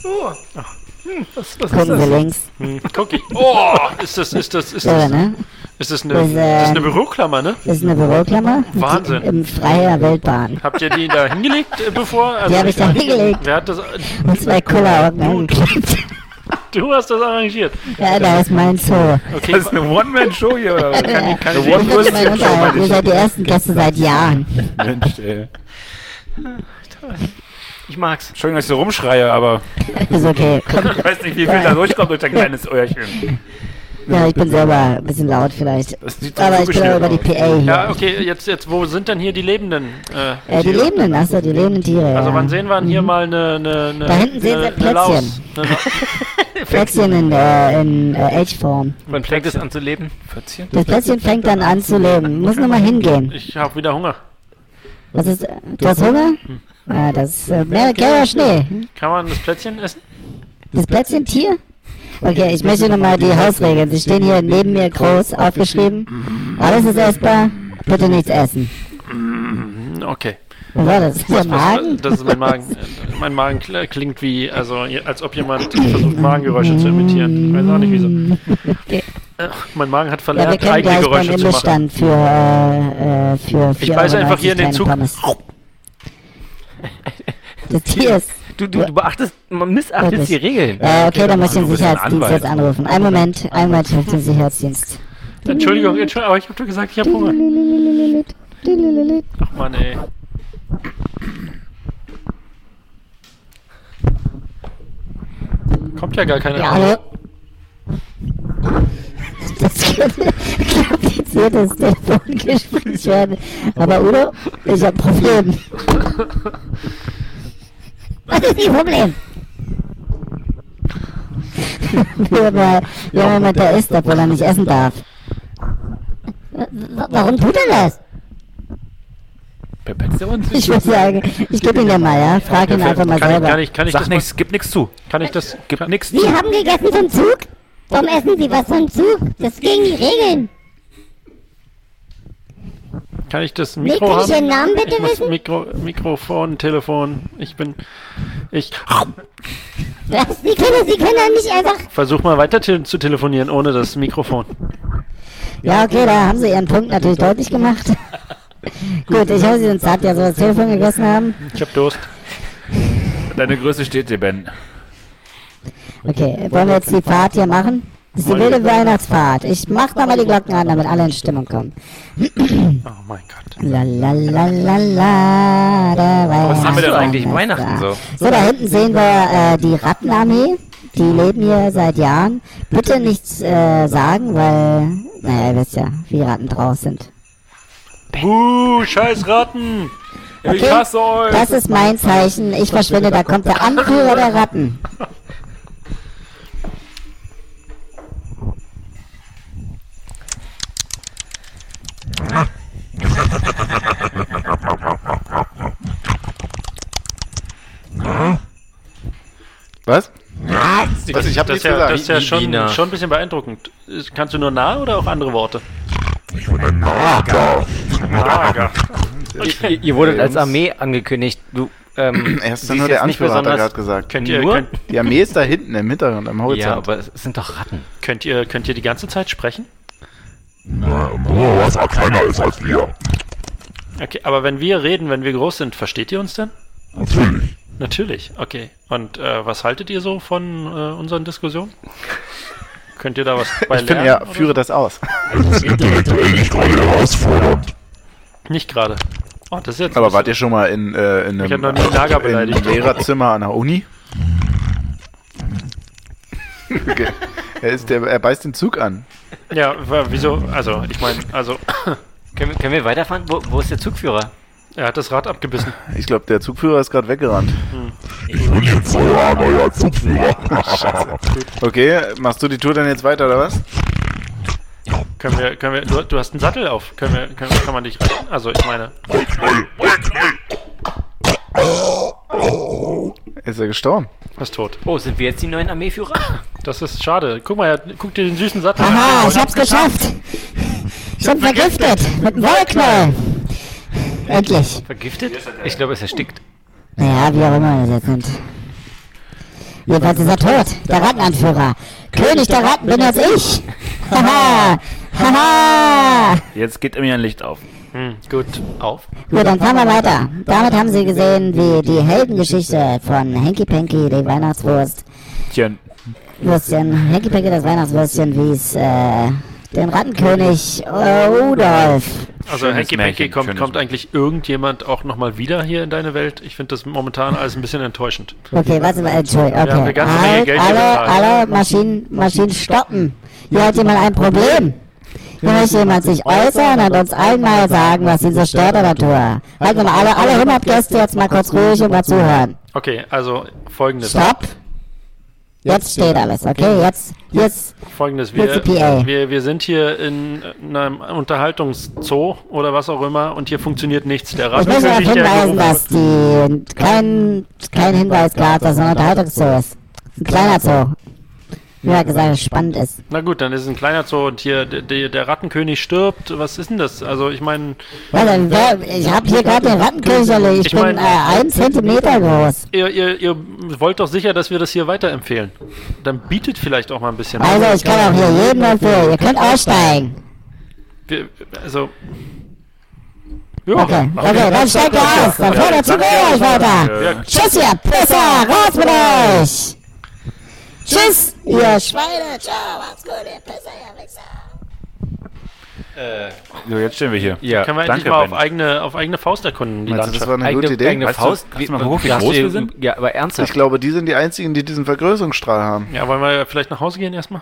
Speaker 8: So. Ach, Hm, was, was
Speaker 2: gucken
Speaker 8: ist
Speaker 2: Sie
Speaker 8: das?
Speaker 2: links.
Speaker 8: Hm, guck (laughs) ich. Oh, ist das, ist das, ist
Speaker 2: Ja,
Speaker 8: das.
Speaker 2: ne?
Speaker 8: Ist das eine,
Speaker 2: Das, äh,
Speaker 8: das ist eine Büroklammer, ne?
Speaker 2: Das ist eine Büroklammer. mit-
Speaker 8: Wahnsinn.
Speaker 2: Im Freier Wildbahn.
Speaker 8: Habt ihr die da hingelegt äh, bevor?
Speaker 2: hab ich da hingelegt.
Speaker 8: Wer hat das?
Speaker 2: Und zwei Kulleraugen angeklebt.
Speaker 8: Du hast das arrangiert.
Speaker 2: Ja, da ist mein Zoo.
Speaker 8: Okay, das ist eine
Speaker 7: One-Man-Show hier, oder? was?
Speaker 8: Kann ich, kann
Speaker 7: Eine
Speaker 8: ich
Speaker 2: Ich bin mein Unterhalt. Ihr seid die ersten Gäste seit Jahren.
Speaker 7: Mensch, ey.
Speaker 8: Ich mag's.
Speaker 7: Schön, dass ich so rumschreie, aber
Speaker 2: Ist okay.
Speaker 7: ich weiß nicht, wie viel da durchkommt durch dein
Speaker 6: (laughs) Ah.
Speaker 7: kleines Öhrchen.
Speaker 2: Ja, ich bin selber ein bisschen laut vielleicht.
Speaker 7: sieht
Speaker 2: Also
Speaker 7: so
Speaker 2: Aber ich bin
Speaker 7: zugeschnürt
Speaker 2: auch über die PA hier.
Speaker 8: Ja, okay, jetzt, jetzt, wo sind denn hier die Lebenden? Äh,
Speaker 2: Äh, die
Speaker 8: Tiere?
Speaker 2: lebenden, achso, die lebenden Tiere.
Speaker 8: Also,
Speaker 2: ja.
Speaker 8: wann sehen wir denn hier mal eine. eine, eine
Speaker 2: Ähm, mhm. Da hinten sehen Sie
Speaker 8: eine,
Speaker 2: ein
Speaker 8: eine Laus?
Speaker 2: Plätzchen.
Speaker 8: Eine La-
Speaker 2: Plätzchen in, äh, in äh, H-Form.
Speaker 13: Wann fängt es an zu leben? 14?
Speaker 2: Das Plätzchen fängt dann an zu leben. Muss nur mal hingehen.
Speaker 8: Ich hab wieder Hunger.
Speaker 2: Was ist. äh, Du hast Hunger? Ja, das ist äh, mehr gelber Schnee.
Speaker 8: Kann man das Plätzchen essen?
Speaker 2: Das Plätzchen Tier? Okay, ich möchte nochmal die Hausregeln. Sie stehen hier neben mir groß aufgeschrieben. Mhm. Alles ist essbar. Bitte nichts essen.
Speaker 8: Mm, Okay.
Speaker 2: Was war das? Der Magen?
Speaker 8: Das ist
Speaker 2: (laughs)
Speaker 8: mein Magen. Äh, mein Magen kl- klingt wie, also als ob jemand versucht, Magengeräusche zu imitieren. Ich weiß auch nicht wieso. Ach, mein Magen hat
Speaker 2: Ja, wir
Speaker 8: verlernt,
Speaker 2: können
Speaker 8: eigene
Speaker 2: gleich beim
Speaker 8: Geräusche zu machen.
Speaker 2: Imbissstand für, äh, äh, für
Speaker 8: Ich beiße einfach hier in den
Speaker 2: 4,90
Speaker 8: Zug.
Speaker 2: Pommes. Das Tier ist...
Speaker 9: Du, du, du beachtest,
Speaker 2: Das
Speaker 9: man missachtest
Speaker 2: ist-
Speaker 9: die Regeln.
Speaker 2: Äh, okay, dann muss ich den
Speaker 9: Du bist ein
Speaker 2: Sicherheitsdienst
Speaker 9: Anwalt.
Speaker 2: jetzt anrufen. Einen Moment, einen Moment, ich rufe den Sicherheitsdienst.
Speaker 8: Entschuldigung, Entschuldigung, aber ich hab doch gesagt, ich hab
Speaker 2: Mhm.
Speaker 8: Hunger. Ach Mann, ey. Kommt ja gar keine
Speaker 2: Ja,
Speaker 8: Antwort.
Speaker 2: hallo? Das könnte kompliziertes Telefongespräch werden. Aber Udo, ich hab ein Problem. Was ist Ihr Problem? Wenn mal jemand da isst, obwohl er nicht essen darf. W- w- Warum tut er das?
Speaker 7: Perfektion.
Speaker 2: Ich würde sagen, ich gebe ihn dir mal, ja? Frag ihn einfach mal
Speaker 8: kann Ich, kann
Speaker 2: selber.
Speaker 8: ich, kann ich
Speaker 7: Sag
Speaker 8: das
Speaker 7: nichts, gib nichts zu.
Speaker 8: Kann ich das?
Speaker 7: Gib nichts zu.
Speaker 14: Sie haben gegessen vom Zug? Warum essen Sie was vom Zug? Das ist gegen die Regeln.
Speaker 8: Mal, kann ich das
Speaker 14: Nee,
Speaker 8: Mikro
Speaker 14: kann ich
Speaker 8: haben?
Speaker 14: Ihren Namen bitte
Speaker 8: ich muss
Speaker 14: wissen?
Speaker 8: Mikro, Mikrofon, Telefon. Ich bin. Ich.
Speaker 14: Was? Sie können, Sie können doch nicht einfach.
Speaker 8: Versuch mal weiter te zu telefonieren ohne das Mikrofon.
Speaker 2: Ja, okay, da haben sie ihren Punkt natürlich deutlich
Speaker 8: (laughs)
Speaker 2: gemacht. Gut, ich hoffe, sie sind satt, ja, so das Telefon gegessen haben.
Speaker 8: Ich hab Durst.
Speaker 7: Deine Größe steht dir, Ben.
Speaker 2: Okay, wollen wir jetzt die Fahrt hier machen? Das ist die wilde Weihnachtsfahrt. Ich mach da mal die Glocken an, damit alle in Stimmung kommen.
Speaker 8: Oh mein Gott.
Speaker 2: La la la la la, der
Speaker 13: Was haben wir denn
Speaker 2: Weihnachtsmann
Speaker 13: eigentlich
Speaker 2: ist
Speaker 13: Weihnachten
Speaker 2: da.
Speaker 13: so?
Speaker 2: So, da hinten sehen wir äh, die Rattenarmee. Die leben hier seit Jahren. Bitte nichts äh, sagen, weil, naja, ihr wisst ja, wie Ratten draus sind.
Speaker 8: Buh, scheiß Ratten!
Speaker 2: Okay, das ist mein Zeichen. Ich verschwinde, da kommt der Anführer der Ratten.
Speaker 6: Was?
Speaker 8: Das,
Speaker 6: Was? Ich hab nichts
Speaker 8: das, ist ja,
Speaker 6: gesagt.
Speaker 8: das ist ja
Speaker 6: Wie-
Speaker 8: schon,
Speaker 6: Wiener.
Speaker 8: schon ein bisschen beeindruckend. Ist- Kannst du nur nah oder auch andere Worte?
Speaker 15: Ich bin ein Nager.
Speaker 8: Nager.
Speaker 9: Ihr, ihr wurdet als Armee angekündigt. Du, (clears throat) ähm,
Speaker 6: Erst
Speaker 9: siehst
Speaker 6: nur
Speaker 9: jetzt
Speaker 6: der
Speaker 9: nicht
Speaker 6: Anführer hat er
Speaker 9: besonders-
Speaker 6: gerade gesagt.
Speaker 8: Könnt ihr-
Speaker 9: Nur?
Speaker 8: könnt-
Speaker 6: Die Armee ist da hinten im Hintergrund, am Horizont.
Speaker 9: ja, aber es sind doch Ratten.
Speaker 8: Könnt ihr, könnt ihr die ganze Zeit sprechen?
Speaker 15: Na, Nur was er kleiner ist als wir.
Speaker 8: Okay, aber wenn wir reden, wenn wir groß sind, versteht ihr uns denn? Natürlich. Natürlich, okay. Und äh, was haltet ihr so von äh, unseren Diskussionen? Könnt ihr da was bei
Speaker 6: Ich bin
Speaker 8: lernen?
Speaker 6: ja,
Speaker 8: oder
Speaker 6: führe
Speaker 8: so?
Speaker 6: das aus.
Speaker 8: Das
Speaker 16: Intellektuell nicht gerade herausfordernd.
Speaker 8: Nicht gerade. Oh, das ist jetzt
Speaker 6: Aber wart ihr schon mal in, äh, in
Speaker 8: Ich hab
Speaker 6: einem,
Speaker 8: noch nie einen Nager
Speaker 6: in einem
Speaker 8: beleidigt.
Speaker 6: Lehrerzimmer an der Uni? Okay. er, ist der, er beißt den Zug an.
Speaker 8: Ja, wa- wieso? Also, ich meine, also.
Speaker 9: Können, wir- können wir weiterfahren? Wo, wo ist der Zugführer?
Speaker 8: Er hat das Rad abgebissen.
Speaker 6: Ich glaube, der Zugführer ist gerade weggerannt.
Speaker 16: Euer neuer Zugführer.
Speaker 6: (laughs) Okay, machst du die Tour dann jetzt weiter, oder was?
Speaker 8: Können wir, können wir, du, du hast einen Sattel auf. Können wir, können, kann man dich rein? Also, ich meine.
Speaker 6: Ist er gestorben?
Speaker 8: Ist tot.
Speaker 9: Oh, sind wir jetzt die neuen Armeeführer?
Speaker 8: Das ist schade. Guck mal, er hat- guck dir den süßen Sattel an.
Speaker 2: Aha, ich hab's geschafft. Ich hab vergiftet. Mit einem Wollknäuel. Endlich.
Speaker 9: Vergiftet? Ich glaube, es erstickt.
Speaker 2: Naja, wie auch immer das jetzt nimmt. Jedenfalls ist er tot. Der Rattenanführer. König der Ratten bin jetzt ich. Haha. Haha.
Speaker 7: Jetzt geht mir ein Licht auf.
Speaker 8: Hm, gut, auf.
Speaker 2: Gut, dann fahren wir weiter. Damit haben Sie gesehen, wie die Heldengeschichte von Henky Penky, die Weihnachtswurst,
Speaker 7: Tjen.
Speaker 2: Würstchen, Henky Penky, das Weihnachtswürstchen, wie es äh, den Rattenkönig äh, Rudolf
Speaker 8: Also,
Speaker 7: Schönes
Speaker 8: Hanky Panky,
Speaker 7: Märchen,
Speaker 8: kommt,
Speaker 7: schönes
Speaker 8: kommt eigentlich irgendjemand auch nochmal wieder hier in deine Welt? Ich finde das momentan alles ein bisschen enttäuschend.
Speaker 2: Okay, warte mal, Entschuldigung.
Speaker 8: Wir haben eine
Speaker 2: Okay.
Speaker 8: ganze Menge
Speaker 2: Halt,
Speaker 8: Geld hier
Speaker 2: alle,
Speaker 8: bezahlt.
Speaker 2: alle Maschinen, Maschinen stoppen. Hier hat jemand ein Problem. Hier möchte jemand sich äußern und uns einmal sagen, was ihn so stört an der Tour. Halt mal, alle, alle 100 Gäste jetzt mal kurz ruhig und mal zuhören.
Speaker 8: Okay, also folgendes.
Speaker 2: Stopp. Jetzt steht alles, okay? Jetzt, jetzt.
Speaker 8: Folgendes,
Speaker 2: Jetzt
Speaker 8: wir,
Speaker 2: die PA.
Speaker 8: wir, wir sind hier in einem Unterhaltungszoo oder was auch immer und hier funktioniert nichts. Der
Speaker 2: Ich möchte darauf
Speaker 8: Rattenkönig, der
Speaker 2: hinweisen,
Speaker 8: gerufen
Speaker 2: dass die kein, kein Hinweis gab, dass es ein Unterhaltungszoo ist. Ein kleiner Zoo. Wie man gesagt, es spannend ist.
Speaker 8: Na gut, dann ist es ein kleiner Zoo und hier der, der, der Rattenkönig stirbt. Was ist denn das? Also ich meine,
Speaker 2: Warte, wer, ich habe hier gerade den Rattenkönig erledigt. Ich,
Speaker 8: Ich
Speaker 2: bin
Speaker 8: mein-
Speaker 2: äh, ein Zentimeter groß.
Speaker 8: ihr, ihr, ihr wollt doch sicher, dass wir das hier weiterempfehlen. Dann bietet vielleicht auch mal ein bisschen.
Speaker 2: Also ich kann auch hier jeden empfehlen. Ihr könnt aussteigen.
Speaker 8: Wir, also ja,
Speaker 2: Okay,
Speaker 8: mach
Speaker 2: okay,
Speaker 8: ich.
Speaker 2: dann steigt ihr aus. Dann fährt der Zug euch weiter.
Speaker 8: Ja.
Speaker 2: Tschüss ihr Pisser, raus mit euch. Tschüss, ihr Schweine. Ciao, macht's gut, ihr Pisser, ihr Wichser.
Speaker 7: Äh, so, jetzt stehen wir hier.
Speaker 8: Ja, können wir endlich
Speaker 7: danke,
Speaker 8: mal auf
Speaker 7: Ben.
Speaker 8: eigene, auf eigene Faust erkunden, die
Speaker 6: Meinst du,
Speaker 8: Landschaft.
Speaker 6: Also das war eine gute Idee?
Speaker 8: Weißt du,
Speaker 6: Weißt du,
Speaker 8: mal,
Speaker 6: wie
Speaker 8: wie groß wir sind?
Speaker 6: Ja, aber ernsthaft. Ich glaube, die sind die einzigen, die diesen Vergrößerungsstrahl haben.
Speaker 8: Ja, wollen wir vielleicht nach Hause gehen erstmal?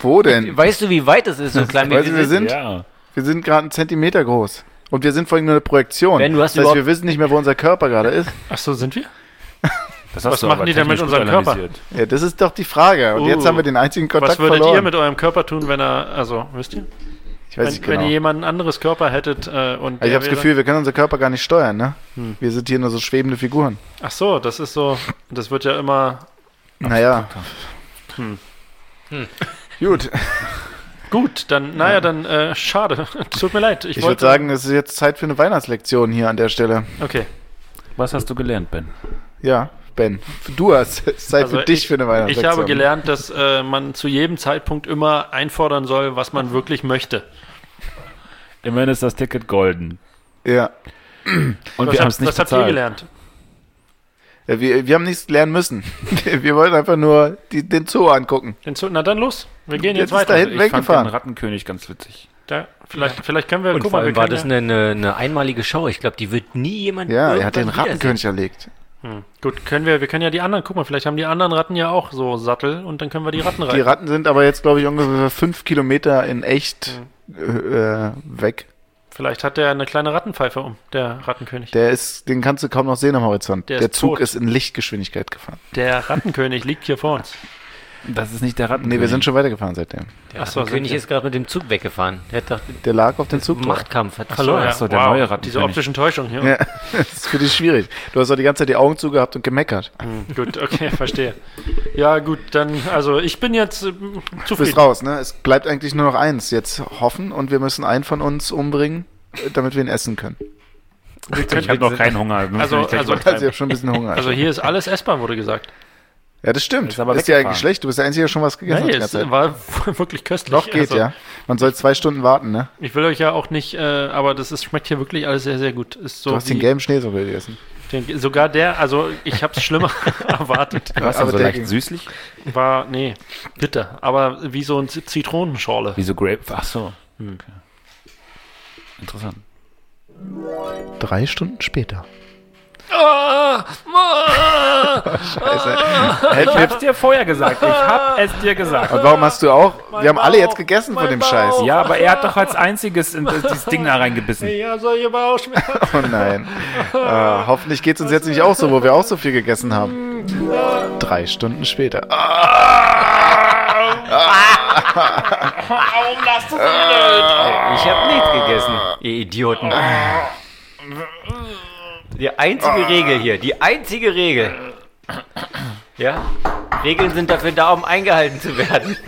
Speaker 6: Wo
Speaker 8: (laughs)
Speaker 6: denn?
Speaker 9: Weißt du, wie weit es ist, so klein wie
Speaker 6: weißt du,
Speaker 9: wir
Speaker 6: wir
Speaker 9: sind?
Speaker 6: sind?
Speaker 9: Ja.
Speaker 6: Wir sind gerade einen Zentimeter groß. Und wir sind vorhin nur eine Projektion.
Speaker 9: Ben, du
Speaker 6: das
Speaker 9: hast
Speaker 6: heißt,
Speaker 9: überhaupt-
Speaker 6: wir wissen nicht mehr, wo unser Körper gerade ist.
Speaker 8: Ach so, sind wir?
Speaker 7: Das
Speaker 8: hast Was du machen aber die denn mit technisch gut unserem Körper? analysiert.
Speaker 6: Ja, das ist doch die Frage. Und jetzt
Speaker 8: Uh,
Speaker 6: haben wir den einzigen Kontakt
Speaker 8: Was würdet
Speaker 6: verloren.
Speaker 8: ihr mit eurem Körper tun, wenn er, also, wisst ihr?
Speaker 6: Ich weiß
Speaker 8: wenn,
Speaker 6: nicht
Speaker 8: Wenn
Speaker 6: genau.
Speaker 8: ihr jemanden anderes Körper hättet äh, und...
Speaker 6: Aber ich
Speaker 8: der
Speaker 6: habe das
Speaker 8: wäre-
Speaker 6: Gefühl, wir können unseren Körper gar nicht steuern, ne?
Speaker 8: Hm.
Speaker 6: Wir sind hier nur so schwebende Figuren.
Speaker 8: Ach so, das ist so, das wird ja immer...
Speaker 6: Naja.
Speaker 8: Hm.
Speaker 6: Gut.
Speaker 8: Gut, dann, naja, dann, äh, schade. (laughs) Tut mir leid. Ich,
Speaker 6: Ich, würde
Speaker 8: wollte-
Speaker 6: sagen, es ist jetzt Zeit für eine Weihnachtslektion hier an der Stelle.
Speaker 8: Okay.
Speaker 7: Was hast du gelernt, Ben?
Speaker 6: Ja, Ben, du hast (laughs) es ist Zeit
Speaker 8: Also
Speaker 6: für dich
Speaker 8: ich-
Speaker 6: für eine Weihnachtslektion.
Speaker 8: Ich habe gelernt, dass äh, man zu jedem Zeitpunkt immer einfordern soll, was man wirklich möchte.
Speaker 7: Immerhin ist das Ticket golden.
Speaker 6: Ja.
Speaker 7: Und
Speaker 8: was
Speaker 7: wir
Speaker 8: hab-
Speaker 7: haben es nicht
Speaker 8: was habt
Speaker 7: bezahlt.
Speaker 8: ihr gelernt?
Speaker 6: Ja, wir, wir haben nichts lernen müssen. (laughs) Wir wollten einfach nur die, den Zoo angucken.
Speaker 8: Den Zoo, na dann los, wir gehen jetzt,
Speaker 6: Jetzt ist
Speaker 8: weiter.
Speaker 6: da hinten
Speaker 8: ich fand
Speaker 6: weggefahren.
Speaker 7: Den Rattenkönig ganz witzig.
Speaker 8: Da, vielleicht, vielleicht können wir,
Speaker 9: Und
Speaker 8: guck
Speaker 9: vor
Speaker 8: mal, wir
Speaker 9: allem war das
Speaker 8: können
Speaker 9: eine, eine, eine einmalige Show. Ich glaube, die wird nie jemand
Speaker 6: Ja, er hat
Speaker 9: irgendwann
Speaker 6: den Rattenkönig
Speaker 9: wiedersehen.
Speaker 6: erlegt.
Speaker 8: ja, hm, gut, können wir, wir können ja die anderen, guck mal, vielleicht haben die anderen Ratten ja auch so Sattel und dann können wir die Ratten reiten.
Speaker 6: Die Ratten sind aber jetzt, glaube ich, ungefähr fünf Kilometer in echt
Speaker 8: Hm.
Speaker 6: äh, weg.
Speaker 8: Vielleicht hat der eine kleine Rattenpfeife um, der Rattenkönig.
Speaker 6: Der ist, den kannst du kaum noch sehen am Horizont.
Speaker 8: Der
Speaker 6: Der,
Speaker 8: ist
Speaker 6: Zug
Speaker 8: tot.
Speaker 6: ist in Lichtgeschwindigkeit gefahren.
Speaker 8: Der Rattenkönig liegt hier vor uns.
Speaker 7: Das ist nicht der Rattenkönig.
Speaker 6: Nee, wir sind schon weitergefahren seitdem.
Speaker 9: Der
Speaker 8: Ach so,
Speaker 9: König
Speaker 8: sind-
Speaker 9: ist gerade mit dem Zug weggefahren. Der hat doch
Speaker 6: Der lag auf den Zug. drauf.
Speaker 9: Machtkampf, hat
Speaker 8: Ach so,
Speaker 9: verloren.
Speaker 8: ja.
Speaker 7: Ach so, der
Speaker 8: wow,
Speaker 7: neue Rattenkönig.
Speaker 8: Diese optischen Täuschung hier.
Speaker 6: Ja, (laughs) das ist für dich schwierig. Du hast doch die ganze Zeit die Augen zugehabt und gemeckert.
Speaker 8: Hm, Gut, okay, verstehe. Ja, gut, dann, also ich bin jetzt äh,
Speaker 6: Du
Speaker 8: zufrieden.
Speaker 6: bist raus, ne? Es bleibt eigentlich nur noch eins. Jetzt hoffen und wir müssen einen von uns umbringen, äh, damit wir ihn essen können.
Speaker 8: Wir können-
Speaker 7: Ich habe noch keinen Hunger. wir müssen
Speaker 8: Also,
Speaker 7: nicht gleich
Speaker 8: also,
Speaker 7: übertreiben.
Speaker 6: Also ich habe schon ein bisschen Hunger.
Speaker 8: Also hier ist alles essbar, wurde gesagt.
Speaker 6: Ja, das stimmt.
Speaker 7: Ist aber
Speaker 6: ist ja
Speaker 7: weggefahren.
Speaker 6: eigentlich schlecht. Du bist der Einzige, der schon was gegessen
Speaker 8: Nee,
Speaker 6: hat. die
Speaker 8: es
Speaker 6: ganze Zeit.
Speaker 8: war (laughs) wirklich köstlich.
Speaker 6: Doch geht,
Speaker 8: Also,
Speaker 6: ja. Man soll zwei Stunden warten, ne?
Speaker 8: Ich will euch ja auch nicht, äh, aber das ist, schmeckt hier wirklich alles sehr, sehr gut. Ist so
Speaker 6: du hast den
Speaker 8: wie-
Speaker 6: gelben Schneesockel gegessen.
Speaker 8: den- sogar der, also ich habe es schlimmer (laughs) erwartet.
Speaker 7: Was, also leicht süßlich?
Speaker 8: War, nee, bitter. Aber wie so eine Z- Zitronenschorle.
Speaker 7: Wieso Grape? Ach so.
Speaker 8: Hm.
Speaker 7: Okay. Interessant.
Speaker 6: Drei Stunden später. (laughs)
Speaker 5: Scheiße. Ich hab's dir vorher gesagt. Ich hab es dir gesagt.
Speaker 6: Und warum hast du auch?
Speaker 5: Mein
Speaker 6: wir haben alle
Speaker 5: Bauch,
Speaker 6: jetzt gegessen von
Speaker 5: mein
Speaker 6: dem Scheiß.
Speaker 7: Ja, aber er hat doch als einziges in das, dieses Ding da reingebissen.
Speaker 8: Ja, solche Bauchschmerzen.
Speaker 6: Oh nein. Äh, hoffentlich geht's uns jetzt nicht auch so, wo wir auch so viel gegessen haben. Drei Stunden später.
Speaker 5: Warum lasst du so blöd?
Speaker 9: Ich habe nichts gegessen, ihr Idioten. Die einzige Regel hier, die einzige Regel. Ja? Regeln sind dafür da, um eingehalten zu werden.
Speaker 6: (laughs)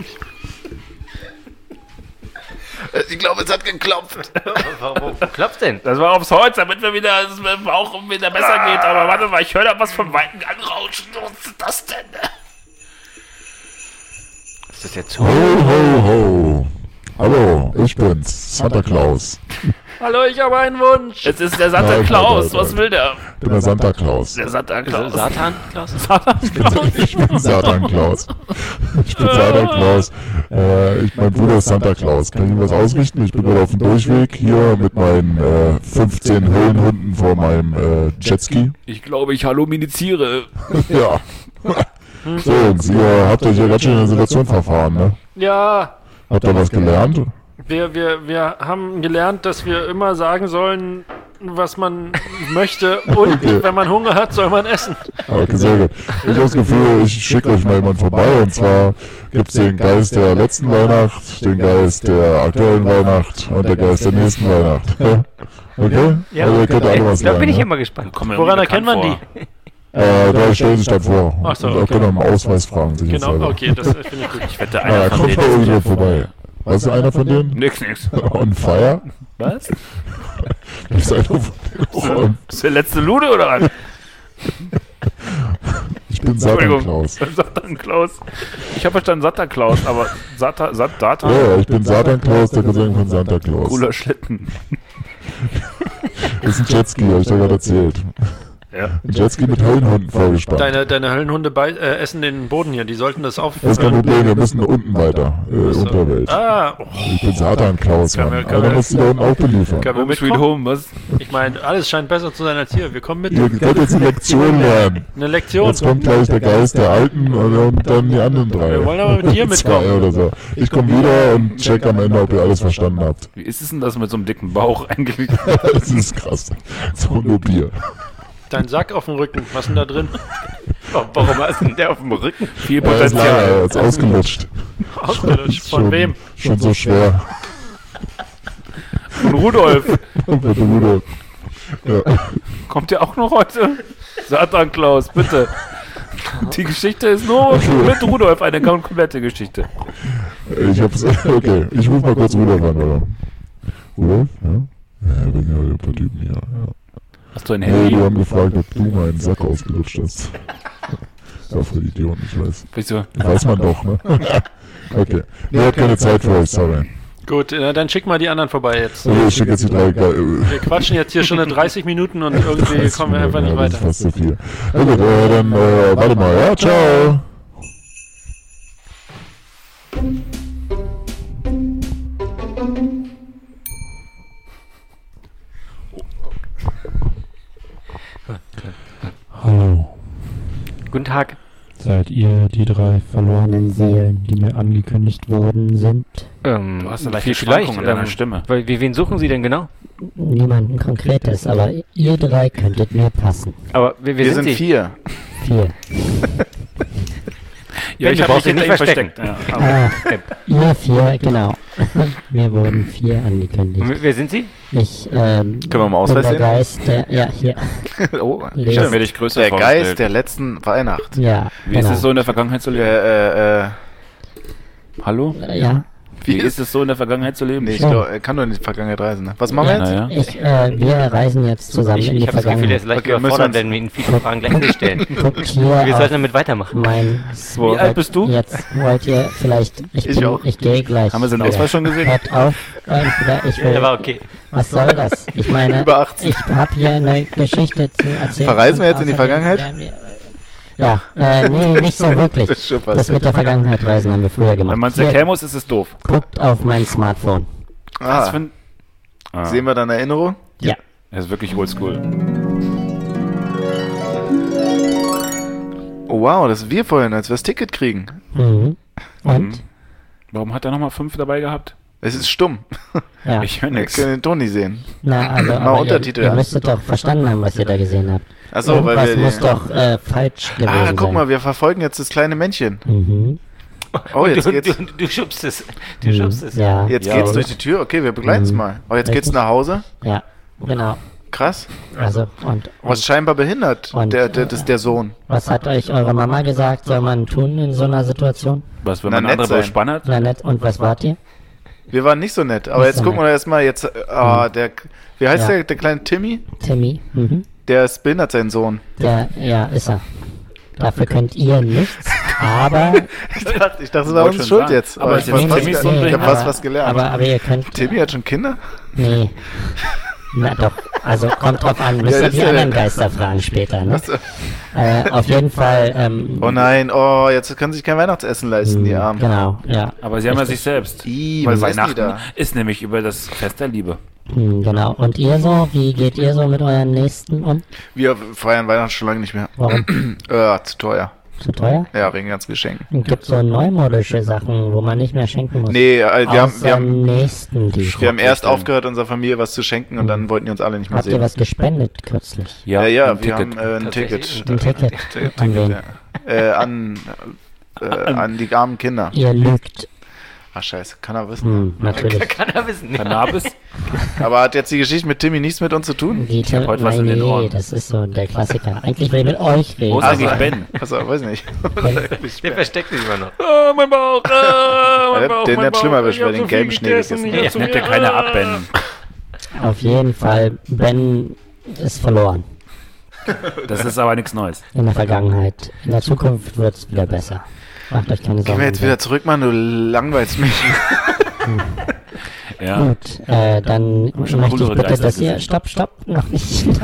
Speaker 6: Ich glaube, es hat geklopft.
Speaker 9: Warum klopft denn?
Speaker 7: Das war aufs Holz, damit wir wieder es mit dem Bauch um wieder besser geht. Aber warte mal, ich höre da was von Weitem anrauschen. Was ist das denn?
Speaker 9: Ist das jetzt
Speaker 15: Ho, ho, ho. Hallo, ich bin's, Santa Claus.
Speaker 7: Hallo, ich habe einen Wunsch. Es ist der Santa
Speaker 15: Nein,
Speaker 7: Claus.
Speaker 15: nein, nein,
Speaker 7: Was
Speaker 15: nein.
Speaker 7: will der?
Speaker 15: Ich bin der Santa Claus.
Speaker 7: Der Santa Claus.
Speaker 9: Satan Klaus?
Speaker 7: Satan Claus.
Speaker 15: Ich (laughs) bin Satan Claus. Ich bin Santa Claus. Äh, ich, mein Bruder ist Santa Claus. Kann ich ihm was ausrichten? Ich bin gerade auf dem Durchweg hier mit meinen äh, 15 Höhlenhunden vor meinem äh, Jetski. (laughs)
Speaker 7: Ich glaube, ich halluminisiere.
Speaker 15: Ja. So, und ihr habt euch ja ganz schön in der Situation verfahren, ne?
Speaker 8: Ja,
Speaker 15: Habt ihr was gelernt?
Speaker 8: wir, wir, wir haben gelernt, dass wir immer sagen sollen, was man möchte.
Speaker 6: (laughs)
Speaker 8: Und
Speaker 15: Okay.
Speaker 8: wenn man Hunger hat, soll man essen.
Speaker 15: Okay, sehr gut. Ich habe das Gefühl, ich schicke euch mal jemand vorbei. Und zwar gibt's den Geist der letzten Weihnacht, den Geist der aktuellen Weihnacht und der Geist der nächsten Weihnacht. (laughs) Okay?
Speaker 9: Ja,
Speaker 15: also ihr könnt alle was
Speaker 9: da
Speaker 15: lernen.
Speaker 9: bin ich
Speaker 15: ne?
Speaker 9: immer gespannt.
Speaker 7: mir Woran irgendwie erkennt bekannt man
Speaker 15: Äh, da stellen sich dann vor.
Speaker 7: Ach so,
Speaker 15: Und auch
Speaker 7: okay.
Speaker 15: genau im Ausweis fragen sich jetzt
Speaker 8: Genau,
Speaker 15: selber.
Speaker 8: okay, das äh, finde ich gut.
Speaker 7: Ich wette, einer
Speaker 15: (laughs) Naja,
Speaker 7: von
Speaker 15: kommt mal
Speaker 7: denen.
Speaker 15: irgendwo vorbei. Weißt du, einer von denen?
Speaker 7: Nix, nix.
Speaker 15: (laughs) On fire?
Speaker 7: Was?
Speaker 15: Gibt's einer von denen?
Speaker 7: Ist der letzte Lude oder was?
Speaker 15: Ich bin Satan Klaus.
Speaker 7: (laughs) Satan Klaus. Ich habe verstanden Satan Klaus, aber Satan. Sat,
Speaker 15: Ja,
Speaker 7: Satan.
Speaker 15: ja, ich bin Satan Klaus, der Cousin von Santa Claus.
Speaker 7: Cooler Schlitten.
Speaker 15: Ist ein Jetski, hab ich dir gerade erzählt.
Speaker 7: Ja.
Speaker 15: Ein Jetski mit Höllenhunden vollgespannt.
Speaker 8: Deine, deine Höllenhunde bei, äh, essen den Boden hier, die sollten das auf.
Speaker 15: Das ist kein Problem, wir müssen unten weiter, äh, Unterwelt.
Speaker 8: Ah, oh.
Speaker 15: Ich bin Satan Klaus,
Speaker 8: Können wir-
Speaker 15: Mann.
Speaker 8: können
Speaker 15: Aber dann
Speaker 8: wir-
Speaker 15: musst du da unten auch beliefern.
Speaker 8: Können wir mitkommen? Ich meine, alles scheint besser zu sein als hier. Wir kommen mit.
Speaker 15: Ihr könnt jetzt eine Lektion lernen.
Speaker 8: Eine Lektion.
Speaker 15: Jetzt kommt gleich der Geist der Alten und, und dann die anderen drei.
Speaker 8: Wir wollen aber mit dir
Speaker 15: (laughs) Zwei
Speaker 8: mitkommen.
Speaker 15: Oder so. Ich komme wieder und check am Ende, ob ihr alles verstanden habt. (laughs)
Speaker 7: Wie ist es denn das mit so einem dicken Bauch eigentlich?
Speaker 15: Das ist krass. So nur Bier.
Speaker 8: Dein Sack auf dem Rücken, was ist denn da drin?
Speaker 9: (laughs) Warum hast du denn der auf dem Rücken?
Speaker 7: Viel
Speaker 15: Ja, ist leider, er ist ausgelutscht.
Speaker 8: Ausgelutscht. Von
Speaker 15: schon,
Speaker 8: wem?
Speaker 15: Schon so schwer. (laughs)
Speaker 7: Von Rudolf.
Speaker 15: Bitte, Rudolf. Ja.
Speaker 7: Kommt ihr auch noch heute? Satan Klaus, bitte. Die Geschichte ist nur mit Rudolf eine komplette Geschichte.
Speaker 15: Äh, Ich hab's. (laughs) Okay, ich ruf mal kurz Rudolf an, oder? Rudolf? Ja? Ja, wir sind ja ein paar Typen hier. Ja.
Speaker 7: Hast du ein
Speaker 15: Nee,
Speaker 7: Handy?
Speaker 15: die haben gefragt, ob du meinen Sack ausgelutscht hast. (laughs) Ja, für Idioten, ich weiß.
Speaker 7: Wieso?
Speaker 15: Weiß man doch, ne? (laughs) okay. Nee, hat keine Zeit für euch, sorry.
Speaker 8: Gut, äh, dann schick mal die anderen vorbei jetzt.
Speaker 15: Okay, ich schicke jetzt die drei.
Speaker 8: Wir quatschen jetzt hier schon eine 30 Minuten
Speaker 15: (laughs)
Speaker 8: und irgendwie
Speaker 15: 30
Speaker 8: kommen wir einfach nicht
Speaker 15: Minuten, ja, Das ist
Speaker 8: weiter.
Speaker 15: fast zu viel. Na gut, äh, dann äh, warte mal. Ja, ciao.
Speaker 17: Hallo,
Speaker 9: Guten Tag.
Speaker 17: seid ihr die drei verlorenen Seelen, die mir angekündigt worden sind?
Speaker 9: Ähm,
Speaker 7: Du hast eine leichte
Speaker 9: vielleicht,
Speaker 7: Schwankung in deiner
Speaker 9: ähm,
Speaker 7: Stimme.
Speaker 9: Weil, wie- wen suchen Sie denn genau?
Speaker 2: Niemanden Konkretes, aber ihr drei könntet mir passen.
Speaker 9: Aber wir, wir,
Speaker 2: Wir
Speaker 9: sind,
Speaker 2: sind
Speaker 9: Sie.
Speaker 2: vier. Vier.
Speaker 7: Ja, ich
Speaker 9: du
Speaker 7: habe mich
Speaker 9: brauchst dich
Speaker 7: hinter ihm
Speaker 9: nicht
Speaker 7: versteckt.
Speaker 9: verstecken.
Speaker 7: Ja,
Speaker 2: Ah,
Speaker 7: aber-
Speaker 2: ihr vier, genau. (laughs) Mir wurden vier angekündigt.
Speaker 9: Und wer sind Sie?
Speaker 2: Ich, ähm,
Speaker 6: Können wir mal
Speaker 2: bin
Speaker 6: Ausweis
Speaker 2: der
Speaker 6: sehen?
Speaker 2: Geist, der, ja, hier.
Speaker 6: (laughs) oh,
Speaker 2: Lest.
Speaker 6: stimmt.
Speaker 7: mir dich größer
Speaker 6: Der
Speaker 7: vorgestellt.
Speaker 6: Geist der letzten Weihnacht.
Speaker 2: Ja, genau.
Speaker 9: Äh,
Speaker 7: Wie ist es so in der Vergangenheit zu leben?
Speaker 6: Äh, äh, äh,
Speaker 7: Hallo?
Speaker 2: Ja.
Speaker 7: Wie ist es so, in der Vergangenheit zu leben?
Speaker 6: Nee, ich glaub, er kann doch in die Vergangenheit reisen. Ne? Was machen wir
Speaker 7: Ja,
Speaker 6: jetzt?
Speaker 2: Ich, äh, wir reisen jetzt zusammen
Speaker 9: Ich,
Speaker 2: in die
Speaker 9: ich habe das Gefühl,
Speaker 2: Vergangenheit.
Speaker 9: der ist leicht
Speaker 6: Okay, müssen wir
Speaker 9: überfordert,
Speaker 6: uns-
Speaker 9: wenn wir ihn viele Fragen gleichzeitig stellen.
Speaker 17: (laughs)
Speaker 2: Guckt hier
Speaker 9: wir
Speaker 2: auf
Speaker 9: sollten damit weitermachen.
Speaker 2: äh, Mein
Speaker 9: Wie alt bist du?
Speaker 2: Jetzt wollt ihr vielleicht. Ich,
Speaker 9: Ich
Speaker 2: bin,
Speaker 9: auch.
Speaker 2: ich gehe gleich.
Speaker 9: Haben wir seinen
Speaker 2: wieder.
Speaker 9: Ausweis schon gesehen?
Speaker 2: Hört auf. äh, wieder, ich will,
Speaker 9: Der war okay.
Speaker 2: Was soll das? Ich meine,
Speaker 6: (laughs) Über 18.
Speaker 2: ich habe hier eine Geschichte zu erzählen.
Speaker 6: Verreisen wir
Speaker 2: Und
Speaker 6: jetzt in die
Speaker 2: außerdem
Speaker 6: Vergangenheit?
Speaker 2: werden wir- Ja, äh,
Speaker 6: (laughs)
Speaker 2: nee, nicht so wirklich.
Speaker 6: Das ist schon was.
Speaker 2: Das mit der Vergangenheit reisen haben wir früher gemacht.
Speaker 7: Wenn man es
Speaker 2: Hier,
Speaker 7: erklären muss, ist es doof.
Speaker 2: Guckt auf mein Smartphone.
Speaker 7: Was für ein- Ah.
Speaker 6: Ah. Sehen wir dann Erinnerung?
Speaker 2: Ja.
Speaker 7: Das ist wirklich oldschool.
Speaker 6: Oh, wow, das sind wir vorhin, als wir das Ticket kriegen.
Speaker 2: Mhm. Und?
Speaker 7: Warum hat er nochmal fünf dabei gehabt?
Speaker 6: Es ist stumm. (laughs)
Speaker 2: Ja.
Speaker 7: Ich höre
Speaker 6: Wir
Speaker 7: nichts.
Speaker 6: können den Ton nicht sehen.
Speaker 2: Na,
Speaker 6: (clears throat)
Speaker 2: also,
Speaker 6: Mal
Speaker 2: aber
Speaker 6: Untertitel
Speaker 2: Ihr, ihr
Speaker 6: an.
Speaker 2: müsstet doch verstanden haben, was ihr da gesehen habt.
Speaker 6: Ach so, weil
Speaker 2: Irgendwas
Speaker 6: wir die-
Speaker 2: muss doch äh, falsch gewesen
Speaker 6: Ah, guck
Speaker 2: sein.
Speaker 6: mal, wir verfolgen jetzt das kleine Männchen.
Speaker 2: Mhm.
Speaker 6: Oh, jetzt
Speaker 9: du,
Speaker 6: geht's.
Speaker 9: Du, du schubst es. Du schubst es.
Speaker 2: Ja.
Speaker 6: Jetzt
Speaker 2: Ja,
Speaker 6: geht's
Speaker 2: oder?
Speaker 6: durch die Tür. Okay, wir begleiten es
Speaker 2: Mhm.
Speaker 6: mal. Oh, jetzt geht's
Speaker 2: Richtig.
Speaker 6: nach Hause.
Speaker 2: Ja, genau.
Speaker 6: Krass.
Speaker 2: Also, und
Speaker 6: Was scheinbar behindert, der, der, das, der Sohn.
Speaker 2: was hat euch eure Mama gesagt, soll man tun in so einer Situation?
Speaker 7: Was, wenn
Speaker 6: Na,
Speaker 7: man andere
Speaker 6: nett sein.
Speaker 7: bespannt
Speaker 2: Na nett, und was wart ihr?
Speaker 6: Wir waren nicht so nett. Aber
Speaker 2: Nicht
Speaker 6: jetzt
Speaker 2: so Mhm.
Speaker 6: gucken wir erstmal jetzt. äh, Ah, der. Wie heißt
Speaker 2: Ja.
Speaker 6: der, der kleine Timmy?
Speaker 2: Timmy? Mhm.
Speaker 6: Der ist behindert, sein Sohn.
Speaker 2: Der, ja, ist er. Dafür könnt ihr nichts, aber...
Speaker 6: (laughs) Ich dachte, ich dachte es war
Speaker 7: Wollte
Speaker 6: uns
Speaker 7: schon
Speaker 6: schuld
Speaker 7: sagen.
Speaker 6: jetzt.
Speaker 7: Aber
Speaker 6: Aber
Speaker 7: es
Speaker 6: ich
Speaker 7: ist
Speaker 6: habe fast,
Speaker 7: Timmys
Speaker 6: ich
Speaker 7: Sohn
Speaker 6: hab
Speaker 7: behindert.
Speaker 6: fast was gelernt.
Speaker 2: Aber, aber ihr könnt...
Speaker 6: Timmy hat schon Kinder?
Speaker 2: Nee. Na doch, also kommt drauf an, müsst
Speaker 6: Ja,
Speaker 2: ihr
Speaker 6: ist
Speaker 2: die
Speaker 6: ja-
Speaker 2: anderen Geister fragen später, ne?
Speaker 6: Ach so.
Speaker 2: Äh, auf jeden Fall, ähm,
Speaker 6: (laughs) Oh nein, oh, jetzt können sie sich kein Weihnachtsessen leisten, die Armen.
Speaker 2: genau, ja.
Speaker 7: Aber sie haben ja sich selbst.
Speaker 6: I,
Speaker 7: Weil
Speaker 6: was essen die
Speaker 7: Weihnachten
Speaker 6: da?
Speaker 7: ist nämlich über das Fest der Liebe.
Speaker 2: Hm, genau. Und ihr so, wie geht ihr so mit euren Nächsten um?
Speaker 6: Wir feiern Weihnachten schon lange nicht mehr.
Speaker 2: Warum?
Speaker 6: (clears throat) äh, zu teuer.
Speaker 2: Zu teuer?
Speaker 6: Ja, wegen ganz Geschenken.
Speaker 2: Gibt so neumodische Sachen, wo man nicht mehr schenken muss?
Speaker 6: Nee, äh, wir haben,
Speaker 2: Außer
Speaker 6: wir haben,
Speaker 2: nächsten die.
Speaker 6: wir haben erst aufgehört, unserer Familie was zu schenken und dann wollten die uns alle nicht mehr
Speaker 2: Mhm. Habt
Speaker 6: sehen.
Speaker 2: ihr was gespendet kürzlich?
Speaker 6: ja,
Speaker 7: ein
Speaker 6: ja, wir
Speaker 7: Ticket.
Speaker 6: haben äh, ein Ticket.
Speaker 2: Ein Ticket. (laughs) An wen?
Speaker 6: Äh, an, äh, an die armen Kinder.
Speaker 2: Ihr lügt.
Speaker 6: Ach scheiße, kann er wissen.
Speaker 2: Hm, natürlich.
Speaker 9: Kann er wissen. ja.
Speaker 7: Cannabis?
Speaker 6: Aber hat jetzt die Geschichte mit Timmy nichts mit uns zu tun?
Speaker 2: Die ich
Speaker 7: hab heute was in den Ohren.
Speaker 2: das ist so der Klassiker. Eigentlich will ich mit euch reden.
Speaker 7: Wo ist eigentlich
Speaker 6: (laughs)
Speaker 7: Ben?
Speaker 6: Achso, Also, weiß nicht. (laughs)
Speaker 9: (laughs) Der versteckt sich immer noch.
Speaker 7: Ah, mein Bauch, ah,
Speaker 6: Der hat- den hat schlimmer erwischt, weil
Speaker 7: weil
Speaker 6: den gelben Schnee gegessen
Speaker 7: Ja, nimmt ja keiner ab, Ben.
Speaker 2: Auf jeden Fall, Ben ist verloren.
Speaker 7: Das ist aber nichts Neues.
Speaker 2: In der Vergangenheit. In der Zukunft wird es wieder besser. Macht euch keine
Speaker 6: Gehen
Speaker 2: Sorgen.
Speaker 6: wir jetzt wieder zurück, Mann, du langweilst mich.
Speaker 7: Ja.
Speaker 2: Gut, äh, dann
Speaker 7: schon
Speaker 2: möchte ich
Speaker 7: coolere
Speaker 2: bitte,
Speaker 7: Geister
Speaker 2: dass ihr...
Speaker 7: gesehen.
Speaker 2: Stopp, stopp, noch nicht. (laughs)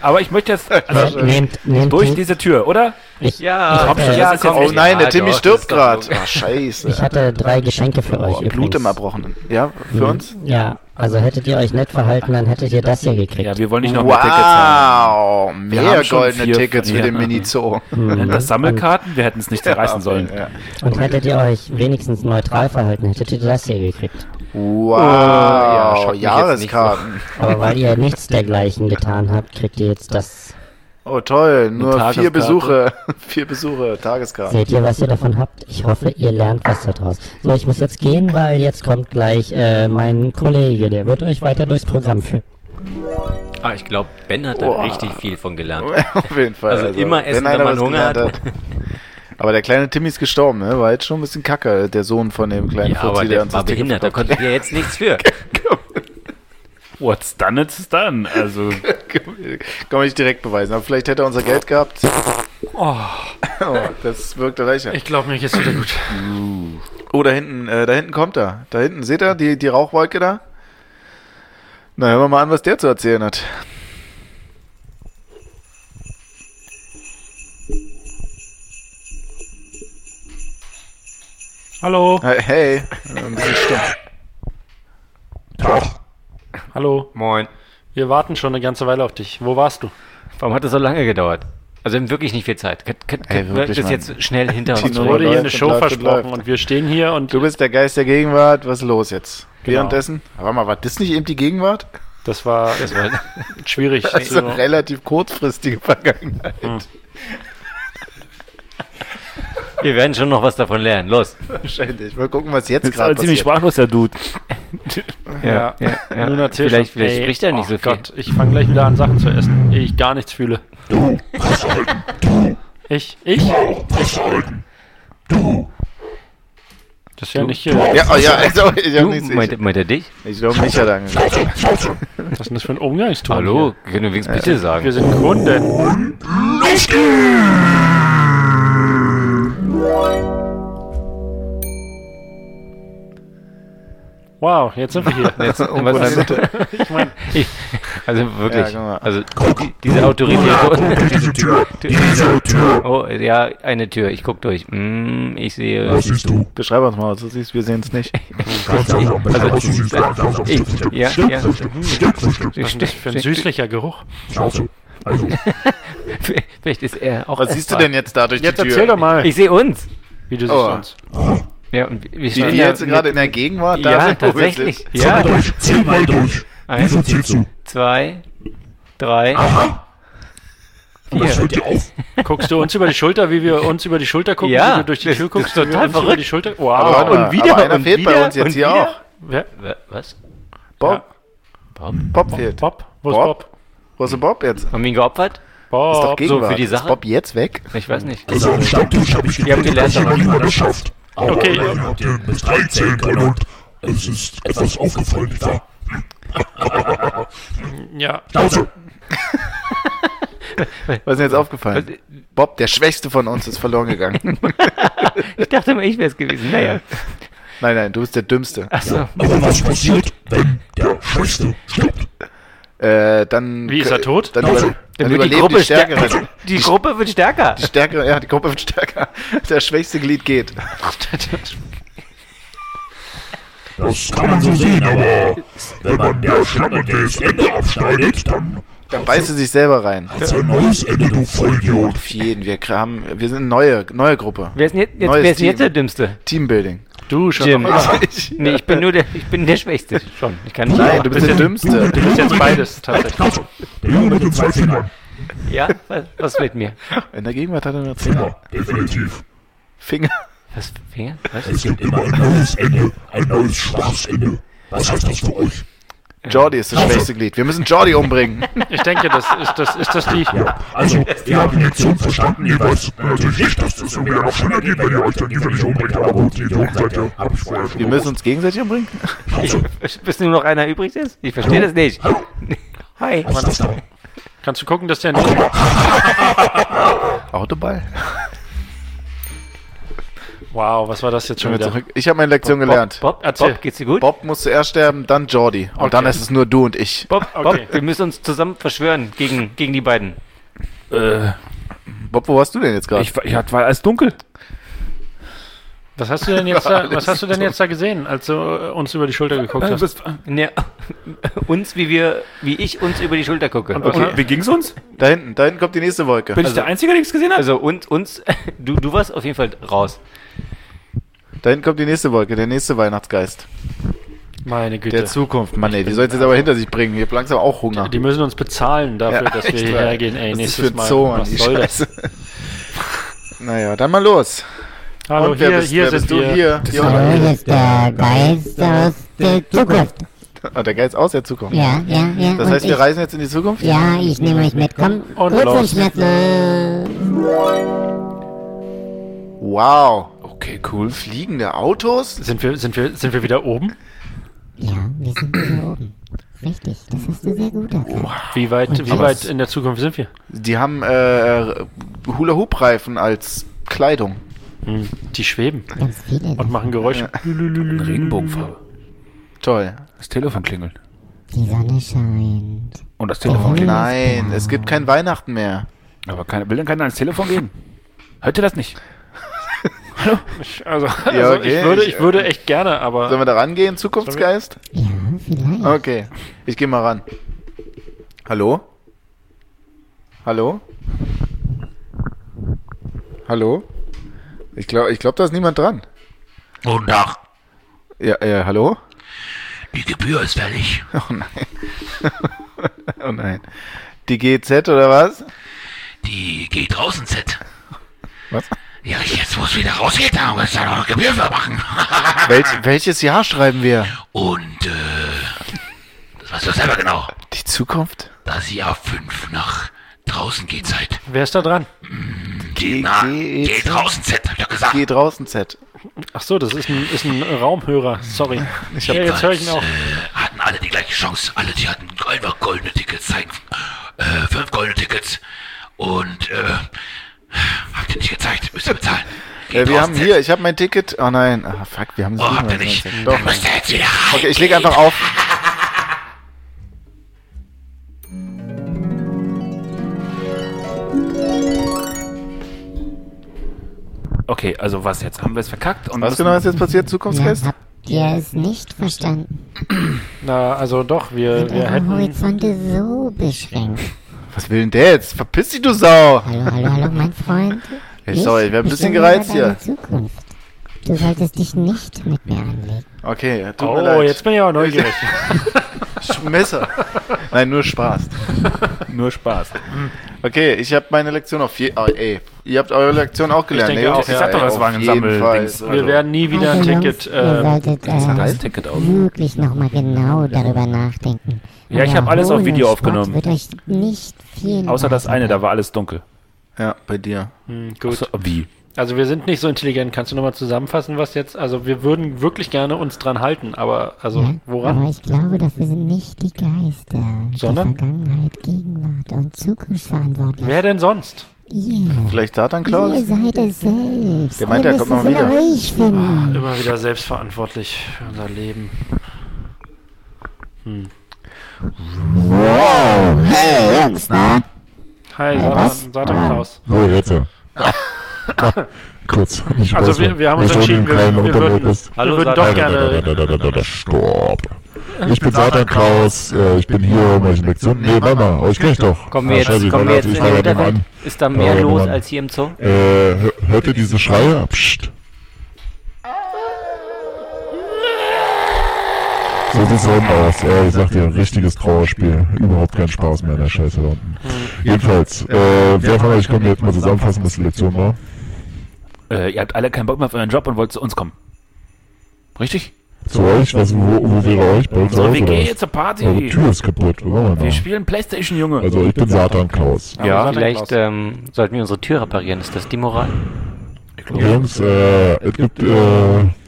Speaker 2: Noch
Speaker 7: Aber ich möchte jetzt also,
Speaker 2: nicht. nehmt, nehmt
Speaker 7: durch diese Tür, oder?
Speaker 2: Ich,
Speaker 9: Ja,
Speaker 2: ich,
Speaker 7: komm
Speaker 2: hatte,
Speaker 7: schon,
Speaker 9: ja,
Speaker 7: das ist jetzt
Speaker 9: komm.
Speaker 6: Oh nein, der
Speaker 9: Ja,
Speaker 6: Timmy
Speaker 9: Ah, doch, Ah,
Speaker 6: stirbt
Speaker 9: das
Speaker 6: gerade.
Speaker 9: ist doch-
Speaker 6: Ach, scheiße.
Speaker 2: ich hatte drei Geschenke für euch
Speaker 6: Boah, Blut im
Speaker 2: übrigens.
Speaker 6: Erbrochenen. Ja,
Speaker 7: Hm.
Speaker 6: für uns?
Speaker 2: Ja, also hättet ihr euch nett verhalten, dann hättet ihr das hier gekriegt.
Speaker 7: Ja, wir wollen nicht noch mehr Tickets haben.
Speaker 6: Wow,
Speaker 7: Wir
Speaker 6: mehr
Speaker 7: haben Hm. schon
Speaker 6: goldene
Speaker 7: vier-
Speaker 6: Tickets für
Speaker 7: Ja.
Speaker 6: den Mini-Zoo.
Speaker 9: Hm.
Speaker 7: Nennt Das Sammelkarten, wir hätten es nicht zerreißen sollen.
Speaker 6: Mhm. Ja.
Speaker 2: Und hättet ihr euch wenigstens neutral verhalten, hättet ihr das hier gekriegt.
Speaker 9: Oh, ja,
Speaker 6: Wow,
Speaker 9: schockt mich jetzt
Speaker 6: Jahreskarten.
Speaker 2: Aber weil ihr nichts dergleichen getan habt, kriegt ihr jetzt das.
Speaker 6: Oh toll, nur
Speaker 7: Tageskarte.
Speaker 6: vier Besuche. (laughs) vier Besuche, Tageskarte.
Speaker 2: Seht ihr, was ihr davon habt? Ich hoffe, ihr lernt was daraus. So, ich muss jetzt gehen, weil jetzt kommt gleich äh, mein Kollege, der wird euch weiter durchs Programm führen.
Speaker 9: Ah, ich glaube, Ben hat da
Speaker 6: Boah.
Speaker 9: richtig viel von gelernt.
Speaker 6: (laughs) Auf jeden Fall.
Speaker 9: Also immer essen, wenn man
Speaker 6: was
Speaker 9: Hunger hat.
Speaker 6: gelernt Aber der kleine Timmy ist gestorben, ne? War jetzt schon ein bisschen kacke, der Sohn von dem kleinen
Speaker 9: Ja, aber
Speaker 6: Fuzzi,
Speaker 9: der
Speaker 6: uns
Speaker 9: war
Speaker 6: das Ticket
Speaker 9: behindert, da
Speaker 6: verkauft
Speaker 9: konnte er jetzt
Speaker 6: (laughs)
Speaker 9: nichts für.
Speaker 7: What's done, it's done. Also,
Speaker 6: hat. (laughs) Kann man nicht direkt beweisen, aber vielleicht hätte er unser Geld gehabt. (laughs) Oh, das wirkt leichter.
Speaker 8: Ich glaube, mir geht's wieder gut.
Speaker 6: Oh, da hinten, äh, da hinten kommt er. Da hinten, seht ihr die, die Rauchwolke da? Na, hören wir mal an, was der zu erzählen hat.
Speaker 8: Hallo.
Speaker 6: Hey, hey. ein bisschen stumm.
Speaker 8: Hallo.
Speaker 9: Moin.
Speaker 8: Wir warten schon eine ganze Weile auf dich. Wo warst du?
Speaker 9: Warum hat das so lange gedauert? Also wir haben wirklich nicht viel Zeit. Könnt, könnt,
Speaker 6: Ey,
Speaker 9: könnt,
Speaker 6: wirklich,
Speaker 9: das
Speaker 6: Mann.
Speaker 9: jetzt schnell hinter
Speaker 6: Die
Speaker 9: uns
Speaker 6: Not-
Speaker 9: bringen.
Speaker 8: Wurde hier eine
Speaker 6: läuft und
Speaker 8: Show
Speaker 6: läuft und
Speaker 8: versprochen
Speaker 6: läuft.
Speaker 8: und wir stehen hier und
Speaker 6: Du bist der Geist der Gegenwart, was ist los jetzt?
Speaker 8: Genau.
Speaker 6: Währenddessen? Warte mal, war das nicht eben die (laughs) Gegenwart?
Speaker 8: das war
Speaker 9: Das war-
Speaker 8: (laughs) schwierig.
Speaker 6: Das ist
Speaker 8: zu-
Speaker 6: eine relativ kurzfristige Vergangenheit.
Speaker 9: Wir werden schon noch was davon lernen. Los.
Speaker 6: Wahrscheinlich. Mal gucken, was jetzt
Speaker 7: das ist aber
Speaker 6: gerade
Speaker 7: ziemlich
Speaker 6: passiert.
Speaker 7: sprachlos, der Dude.
Speaker 8: Ja, ja,
Speaker 9: ja.
Speaker 8: Nun erzähl
Speaker 9: Vielleicht-
Speaker 8: schon.
Speaker 9: vielleicht spricht er
Speaker 8: oh
Speaker 9: nicht so viel.
Speaker 8: Gott, ich fange gleich wieder an, Sachen zu essen, ehe ich gar nichts fühle.
Speaker 5: Du, festhalten. Du,
Speaker 8: Ich, ich?
Speaker 5: festhalten.
Speaker 8: Das ist ja nicht hier.
Speaker 6: Ja, oh, ja, (laughs) also, ich hab
Speaker 9: Du,
Speaker 6: nichts.
Speaker 9: meint- meint er dich?
Speaker 6: Ich glaube, mich hat er angerufen.
Speaker 8: Was ist denn das für ein Umgangston?
Speaker 9: Hallo, können wir wenigstens bitte sagen?
Speaker 8: Wir sind Kunden.
Speaker 3: Los geht's!
Speaker 8: Wow, jetzt sind wir
Speaker 9: (laughs)
Speaker 8: hier.
Speaker 9: Jetzt,
Speaker 6: um
Speaker 8: Und
Speaker 9: was
Speaker 8: wo
Speaker 9: dann-
Speaker 8: sind wir? ich meine,
Speaker 9: (laughs) Ich- also wirklich,
Speaker 8: Ja, guck mal.
Speaker 9: also die, diese Autorität.
Speaker 8: guck mal,
Speaker 9: (laughs)
Speaker 8: guck, diese Tür, diese Tür.
Speaker 9: Oh, ja, eine Tür. Ich guck durch. Hm, ich sehe.
Speaker 6: Was siehst du? Beschreib uns mal, was du siehst, wir sehen es nicht.
Speaker 9: Also, ich, ja, ja.
Speaker 8: Was ist das für ein süßlicher Geruch?
Speaker 6: Also,
Speaker 9: (laughs) Vielleicht ist er auch.
Speaker 6: Was siehst du
Speaker 9: essbar.
Speaker 6: denn jetzt da durch die Jetzt
Speaker 8: erzähl Tür? doch mal.
Speaker 9: Ich sehe uns.
Speaker 8: Wie du
Speaker 6: siehst Oh. uns.
Speaker 9: Ja, und wir
Speaker 6: Die, die jetzt gerade in der Gegenwart da
Speaker 9: ja,
Speaker 6: sind, wo wir jetzt
Speaker 9: tatsächlich.
Speaker 6: sind.
Speaker 9: Ja,
Speaker 6: Zieh mal durch, zieh mal durch.
Speaker 9: Eins,
Speaker 6: Wieso ziehst du?
Speaker 9: zwei, drei.
Speaker 8: Und das hört dir auf. Guckst du uns über die Schulter, wie wir uns über die Schulter gucken,
Speaker 9: Ja,
Speaker 8: wie du durch die
Speaker 9: das-
Speaker 8: Tür
Speaker 9: das
Speaker 8: guckst,
Speaker 9: ist
Speaker 8: wie wir
Speaker 9: total
Speaker 8: uns über
Speaker 9: verrückt.
Speaker 8: die Schulter. Wow.
Speaker 6: Aber- aber einer fehlt bei uns jetzt hier auch.
Speaker 8: Wer?
Speaker 9: Wa- Was?
Speaker 6: Bob.
Speaker 9: Bob?
Speaker 6: Bob fehlt.
Speaker 8: Bob? Wo
Speaker 9: ist
Speaker 6: Bob? Wo ist denn Bob jetzt?
Speaker 9: Haben wir ihn geopfert?
Speaker 8: Bob.
Speaker 6: Ist doch Gegenwart.
Speaker 9: So für die
Speaker 6: Ist
Speaker 9: Sache.
Speaker 6: Bob jetzt weg?
Speaker 9: Ich weiß nicht.
Speaker 15: Also am Stammtisch habe ich
Speaker 9: Wir haben
Speaker 15: gelernt, dass
Speaker 9: gelernt,
Speaker 15: ihr noch
Speaker 9: aber-
Speaker 15: niemand schafft. Aber
Speaker 8: Okay.
Speaker 15: ihr habt ihr bis drei zählen können und es ist etwas aufgefallen, nicht wahr?
Speaker 8: Ja.
Speaker 15: Also,
Speaker 6: (laughs) Was ist denn jetzt
Speaker 9: (laughs)
Speaker 6: aufgefallen? Bob, der Schwächste von uns, ist verloren gegangen.
Speaker 9: Ich dachte mal, ich wäre es gewesen. Naja.
Speaker 6: Nein, nein, du bist der Dümmste.
Speaker 9: Achso.
Speaker 15: aber was passiert, wenn der Schwächste stirbt?
Speaker 6: Äh, dann.
Speaker 8: Wie, ist er tot?
Speaker 6: Dann,
Speaker 8: Also,
Speaker 6: über, dann
Speaker 9: Dann wird die
Speaker 6: überlebt
Speaker 9: Gruppe
Speaker 6: die Stärkere.
Speaker 9: stärker. Die Gruppe wird stärker.
Speaker 6: Die Stärkere, ja, die Gruppe wird stärker. Das schwächste Glied geht.
Speaker 15: Das kann man so sehen, aber wenn man der Schlange das Ende abschneidet, dann
Speaker 6: Dann beißt sie sich selber rein.
Speaker 15: hat's ein neues Ende, du Vollidiot.
Speaker 6: Auf jeden, wir haben, wir sind eine neue, neue Gruppe.
Speaker 9: (laughs) Wer ist denn jetzt, jetzt,
Speaker 6: Neues
Speaker 9: wer ist denn jetzt
Speaker 6: Team.
Speaker 9: der Dümmste?
Speaker 6: Teambuilding.
Speaker 8: Du schon
Speaker 9: Jim. (laughs)
Speaker 8: noch
Speaker 6: (laughs)
Speaker 8: immer.
Speaker 9: Nee, ich bin nur der, ich bin der Schwächste. Schon. Ich kann nicht.
Speaker 6: Nein, du bist der
Speaker 9: (laughs)
Speaker 6: Dümmste.
Speaker 8: Du bist jetzt beides tatsächlich.
Speaker 15: Der Junge mit den zwei Fingern.
Speaker 9: Ja, was, was mit mir?
Speaker 6: In der Gegenwart hat er nur
Speaker 15: Finger, definitiv.
Speaker 6: Finger.
Speaker 9: Was, Finger? Was?
Speaker 15: Es gibt immer ein neues Ende, ein neues schwaches Ende. Was heißt das für euch?
Speaker 6: Jordi ist das schwächste Glied. Wir müssen Jordi umbringen.
Speaker 8: Ich denke, das ist das, ist das die.
Speaker 15: Also, ihr habt die Lektion verstanden, ihr weiß natürlich nicht, dass das irgendwie noch schneller geht, wenn ihr euch dann nicht umbringt, aber gut, die Idioten seid ihr, hab ich vorher schon
Speaker 6: Wir müssen uns gegenseitig umbringen?
Speaker 9: Ich, bis nur noch einer übrig ist? Ich verstehe das nicht. (laughs) Hi.
Speaker 15: Was ist das da?
Speaker 8: Kannst du gucken, dass der nicht.
Speaker 6: Autoball?
Speaker 8: Wow, was war das jetzt schon
Speaker 6: Schon wieder
Speaker 8: wieder?
Speaker 6: zurück. Ich habe meine Lektion gelernt.
Speaker 9: Bob, Bob,
Speaker 8: Erzähl.
Speaker 9: Bob, geht's dir gut?
Speaker 6: Bob muss zuerst sterben, dann Jordi. Und
Speaker 8: Okay.
Speaker 6: dann ist es nur du und ich.
Speaker 9: Bob,
Speaker 8: Okay.
Speaker 9: Bob, wir müssen uns zusammen verschwören gegen, gegen die beiden.
Speaker 7: Äh,
Speaker 6: Bob, wo warst du denn jetzt gerade?
Speaker 7: ich, war- ich war alles dunkel.
Speaker 8: Was hast du
Speaker 6: (laughs)
Speaker 8: denn jetzt da, was hast du denn jetzt da gesehen, als du äh, uns über die Schulter geguckt
Speaker 7: Äh,
Speaker 8: hast?
Speaker 7: was,
Speaker 9: Ja, (laughs) uns, wie wir, wie ich uns über die Schulter gucke.
Speaker 7: und, wie ging's uns?
Speaker 6: Da hinten, da hinten kommt die nächste Wolke.
Speaker 7: Bin ich der Einzige, der nichts gesehen hat?
Speaker 9: Also uns, uns, (laughs) du, du warst auf jeden Fall raus.
Speaker 6: Da hinten kommt die nächste Wolke, der nächste Weihnachtsgeist.
Speaker 8: Meine Güte.
Speaker 6: Der Zukunft. Mann, ey, die sollst du
Speaker 9: also-
Speaker 6: jetzt aber hinter sich bringen. Ich hab langsam auch Hunger.
Speaker 8: Die müssen uns bezahlen dafür, dass wir
Speaker 6: echt,
Speaker 8: hierher gehen, ey.
Speaker 6: was ist
Speaker 8: nächstes
Speaker 6: das für ein
Speaker 8: Mal.
Speaker 6: Zoo, Mann,
Speaker 8: was
Speaker 6: die
Speaker 8: soll
Speaker 6: Scheiße. (laughs) Naja, dann mal los.
Speaker 8: das? Hallo,
Speaker 6: Und wer
Speaker 8: hier,
Speaker 6: bist,
Speaker 8: hier
Speaker 6: wer
Speaker 8: sind
Speaker 6: bist du
Speaker 8: wir.
Speaker 6: hier?
Speaker 2: Hallo,
Speaker 6: Hier.
Speaker 2: hier ist der Geist aus der Zukunft.
Speaker 6: Ah, der Geist aus der Zukunft.
Speaker 2: Ja, ja, ja.
Speaker 6: Das
Speaker 2: und
Speaker 6: heißt, wir
Speaker 2: ich,
Speaker 6: reisen jetzt in die Zukunft?
Speaker 2: Ja, ich nehme euch mit. Komm,
Speaker 8: Und
Speaker 2: kurz
Speaker 8: los.
Speaker 2: und schmerzlos.
Speaker 6: Wow. Okay, cool. Fliegende Autos?
Speaker 8: Sind wir, sind wir, sind wir wieder oben?
Speaker 2: Ja, wir sind hier oben. Richtig, das hast du sehr gut erkannt.
Speaker 8: Wie weit, wie
Speaker 6: Aber
Speaker 8: weit
Speaker 6: es-
Speaker 8: in der Zukunft sind wir?
Speaker 6: Die haben äh, Hula-Hoop-Reifen als Kleidung.
Speaker 8: Hm, die schweben
Speaker 2: Ganz viele.
Speaker 8: und machen Geräusche.
Speaker 7: Eine Regenbogenfarbe.
Speaker 6: Mhm. Toll.
Speaker 7: Das Telefon klingelt.
Speaker 2: Die Sonne scheint.
Speaker 7: Und das Telefon
Speaker 2: Oh.
Speaker 7: klingelt.
Speaker 6: Nein, es gibt kein Weihnachten mehr.
Speaker 7: Aber keine, will denn keiner ans Telefon gehen? Hört ihr das nicht?
Speaker 8: Also, also
Speaker 6: okay,
Speaker 8: ich, würde,
Speaker 6: ich-
Speaker 8: ich würde echt gerne, aber.
Speaker 6: Sollen wir da rangehen, Zukunftsgeist?
Speaker 2: Ja, vielleicht.
Speaker 6: Okay, ich gehe mal ran. Hallo? Hallo? Hallo? Ich glaube, ich glaub, da ist niemand dran.
Speaker 15: Guten Tag,
Speaker 6: Ja, äh, hallo?
Speaker 15: die Gebühr ist fällig.
Speaker 6: Oh nein. (laughs) oh nein. Die GZ oder was?
Speaker 15: Die geht draußen, Z.
Speaker 6: Was?
Speaker 15: Ja, jetzt wo es wieder rausgeht, da muss dann auch noch Gebühr für machen. (laughs)
Speaker 6: Welch, welches Jahr schreiben wir?
Speaker 15: Und, äh, das weißt du selber genau,
Speaker 6: Die Zukunft?
Speaker 15: dass ihr ab fünf nach draußen geht seid.
Speaker 8: Wer ist da dran?
Speaker 15: Geht, na,
Speaker 6: geht-
Speaker 15: geht draußen, Z, hab ich doch gesagt.
Speaker 6: Geh draußen, Z.
Speaker 8: Ach so, das ist ein, ist ein Raumhörer. Sorry.
Speaker 10: Ich
Speaker 8: ja, jetzt höre ich ihn auch.
Speaker 10: Hatten alle die gleiche Chance. Alle, die hatten einfach goldene Tickets, zeigten äh, fünf goldene Tickets. Und äh, habt ihr nicht gezeigt, müsst ihr bezahlen.
Speaker 6: Äh, wir haben hier, ich habe mein Ticket. Oh nein, ah, fuck, wir haben es
Speaker 10: Oh, habt ihr nicht?
Speaker 6: Doch.
Speaker 10: Dann müsst ihr jetzt wieder
Speaker 6: Okay, ich leg einfach auf.
Speaker 7: Okay, also was jetzt? Haben wir es verkackt? Und
Speaker 6: Was
Speaker 7: müssen-
Speaker 6: genau ist jetzt passiert, Zukunftsgeist?
Speaker 18: Der ist nicht verstanden.
Speaker 8: Na, also doch, wir, wir
Speaker 18: Eure
Speaker 8: hätten.
Speaker 18: Horizonte so beschränkt.
Speaker 6: Was will denn der jetzt? Verpiss dich, du Sau!
Speaker 18: Hallo, hallo, hallo, mein Freund.
Speaker 6: Ich, sorry, ich werde ein
Speaker 18: bestimme
Speaker 6: bisschen gereizt
Speaker 18: über deine
Speaker 6: hier.
Speaker 18: Zukunft. Du solltest dich nicht mit mir anlegen.
Speaker 6: Okay, tut
Speaker 8: Oh,
Speaker 6: mir leid.
Speaker 8: jetzt bin ich
Speaker 6: (laughs)
Speaker 8: auch neugierig.
Speaker 6: Messer. Nein, nur Spaß.
Speaker 7: nur Spaß.
Speaker 6: Okay, ich habe meine Lektion auf je. Oh, ey, ihr habt eure Lektion auch gelernt.
Speaker 7: denke
Speaker 6: ne?
Speaker 7: auch, ich sag doch,
Speaker 6: ey,
Speaker 7: das war ein
Speaker 6: auf jeden
Speaker 7: Sammeldings.
Speaker 6: Fall.
Speaker 7: Wir werden nie wieder ein
Speaker 18: Also, Jungs,
Speaker 7: Ticket,
Speaker 18: Ihr
Speaker 8: ähm,
Speaker 7: äh,
Speaker 18: solltet
Speaker 7: das hat alles
Speaker 18: äh,
Speaker 7: Ticket auf.
Speaker 18: wirklich nochmal genau darüber nachdenken.
Speaker 7: Ja, ich habe alles auf Video aufgenommen.
Speaker 18: Wird euch nicht viel
Speaker 7: Außer das eine, da war alles dunkel.
Speaker 6: Ja, bei dir.
Speaker 8: Hm, gut.
Speaker 7: Außer, wie?
Speaker 8: Also wir sind nicht so intelligent. Kannst du nochmal zusammenfassen, was jetzt? Also wir würden wirklich gerne uns dran halten, aber also
Speaker 18: Ja,
Speaker 8: woran?
Speaker 18: Aber ich glaube, dafür sind nicht die Geister,
Speaker 8: Sondern?
Speaker 18: die Vergangenheit, Gegenwart und Zukunft verantwortlich.
Speaker 8: Wer denn sonst?
Speaker 18: Ihr,
Speaker 6: Vielleicht Satan
Speaker 18: ihr
Speaker 6: Klaus?
Speaker 18: seid es selbst.
Speaker 6: Der meint,
Speaker 18: ihr
Speaker 6: er
Speaker 18: müsst
Speaker 6: kommt
Speaker 18: es
Speaker 6: noch mal
Speaker 18: in
Speaker 6: wieder.
Speaker 18: Euch finden.
Speaker 8: Immer wieder selbstverantwortlich für unser Leben. Hm.
Speaker 3: Wow, hey Jungs, na?
Speaker 8: Hi,
Speaker 3: Äh, was?
Speaker 8: Satan, Satan Klaus.
Speaker 15: So, jetzt. ja. Ah, Kurz. Ich
Speaker 8: Also
Speaker 15: weiß
Speaker 8: wir-
Speaker 15: noch,
Speaker 8: wir haben
Speaker 15: was
Speaker 8: uns
Speaker 15: du
Speaker 8: entschieden,
Speaker 15: in den kleinen
Speaker 8: wir- wir
Speaker 15: Unterleib
Speaker 8: würden-
Speaker 15: bist.
Speaker 8: wir würden doch
Speaker 15: Nein,
Speaker 8: gerne-
Speaker 15: nein, nein, nein, nein, nein, nein, Stopp. Ich bin Satan Kraus, äh, ich bin hier, um euch Lektionen. Nee, warte mal, euch kenn ich doch.
Speaker 9: Kommen wir
Speaker 15: Ah,
Speaker 9: jetzt-
Speaker 15: scheiße, ich
Speaker 9: kommen
Speaker 15: war
Speaker 9: wir jetzt
Speaker 15: grad- ich
Speaker 9: in
Speaker 15: war
Speaker 9: die
Speaker 15: grad
Speaker 9: Welt?
Speaker 15: nebenan.
Speaker 9: Ist da
Speaker 15: Ich
Speaker 9: mehr
Speaker 15: war grad
Speaker 9: los
Speaker 15: nebenan.
Speaker 9: als hier im Zoo?
Speaker 15: Äh, hör- hört ihr diese Schreie? Psst. So sieht's unten aus. Ey, ich sag dir, richtiges Trauerspiel. Überhaupt kein Spaß mehr in der Scheiße da
Speaker 7: Mhm.
Speaker 15: unten. Jedenfalls, äh, wer von euch kann mir jetzt mal zusammenfassen, was die Lektion war?
Speaker 7: Äh, ihr habt alle keinen Bock mehr auf euren Job und wollt zu uns kommen. Richtig?
Speaker 15: Zu euch? Was, wo, wo wäre euch? Bei uns
Speaker 7: Unsere
Speaker 15: aus,
Speaker 7: WG
Speaker 15: oder was?
Speaker 7: ist zur Party.
Speaker 15: Eure Tür ist kaputt, oder?
Speaker 7: Wir spielen Playstation, Junge.
Speaker 15: Also ich bin Satan Klaus.
Speaker 7: Ja,
Speaker 9: Ja, vielleicht ähm, sollten wir unsere Tür reparieren. Ist das die Moral?
Speaker 15: Jungs, äh, es gibt, äh,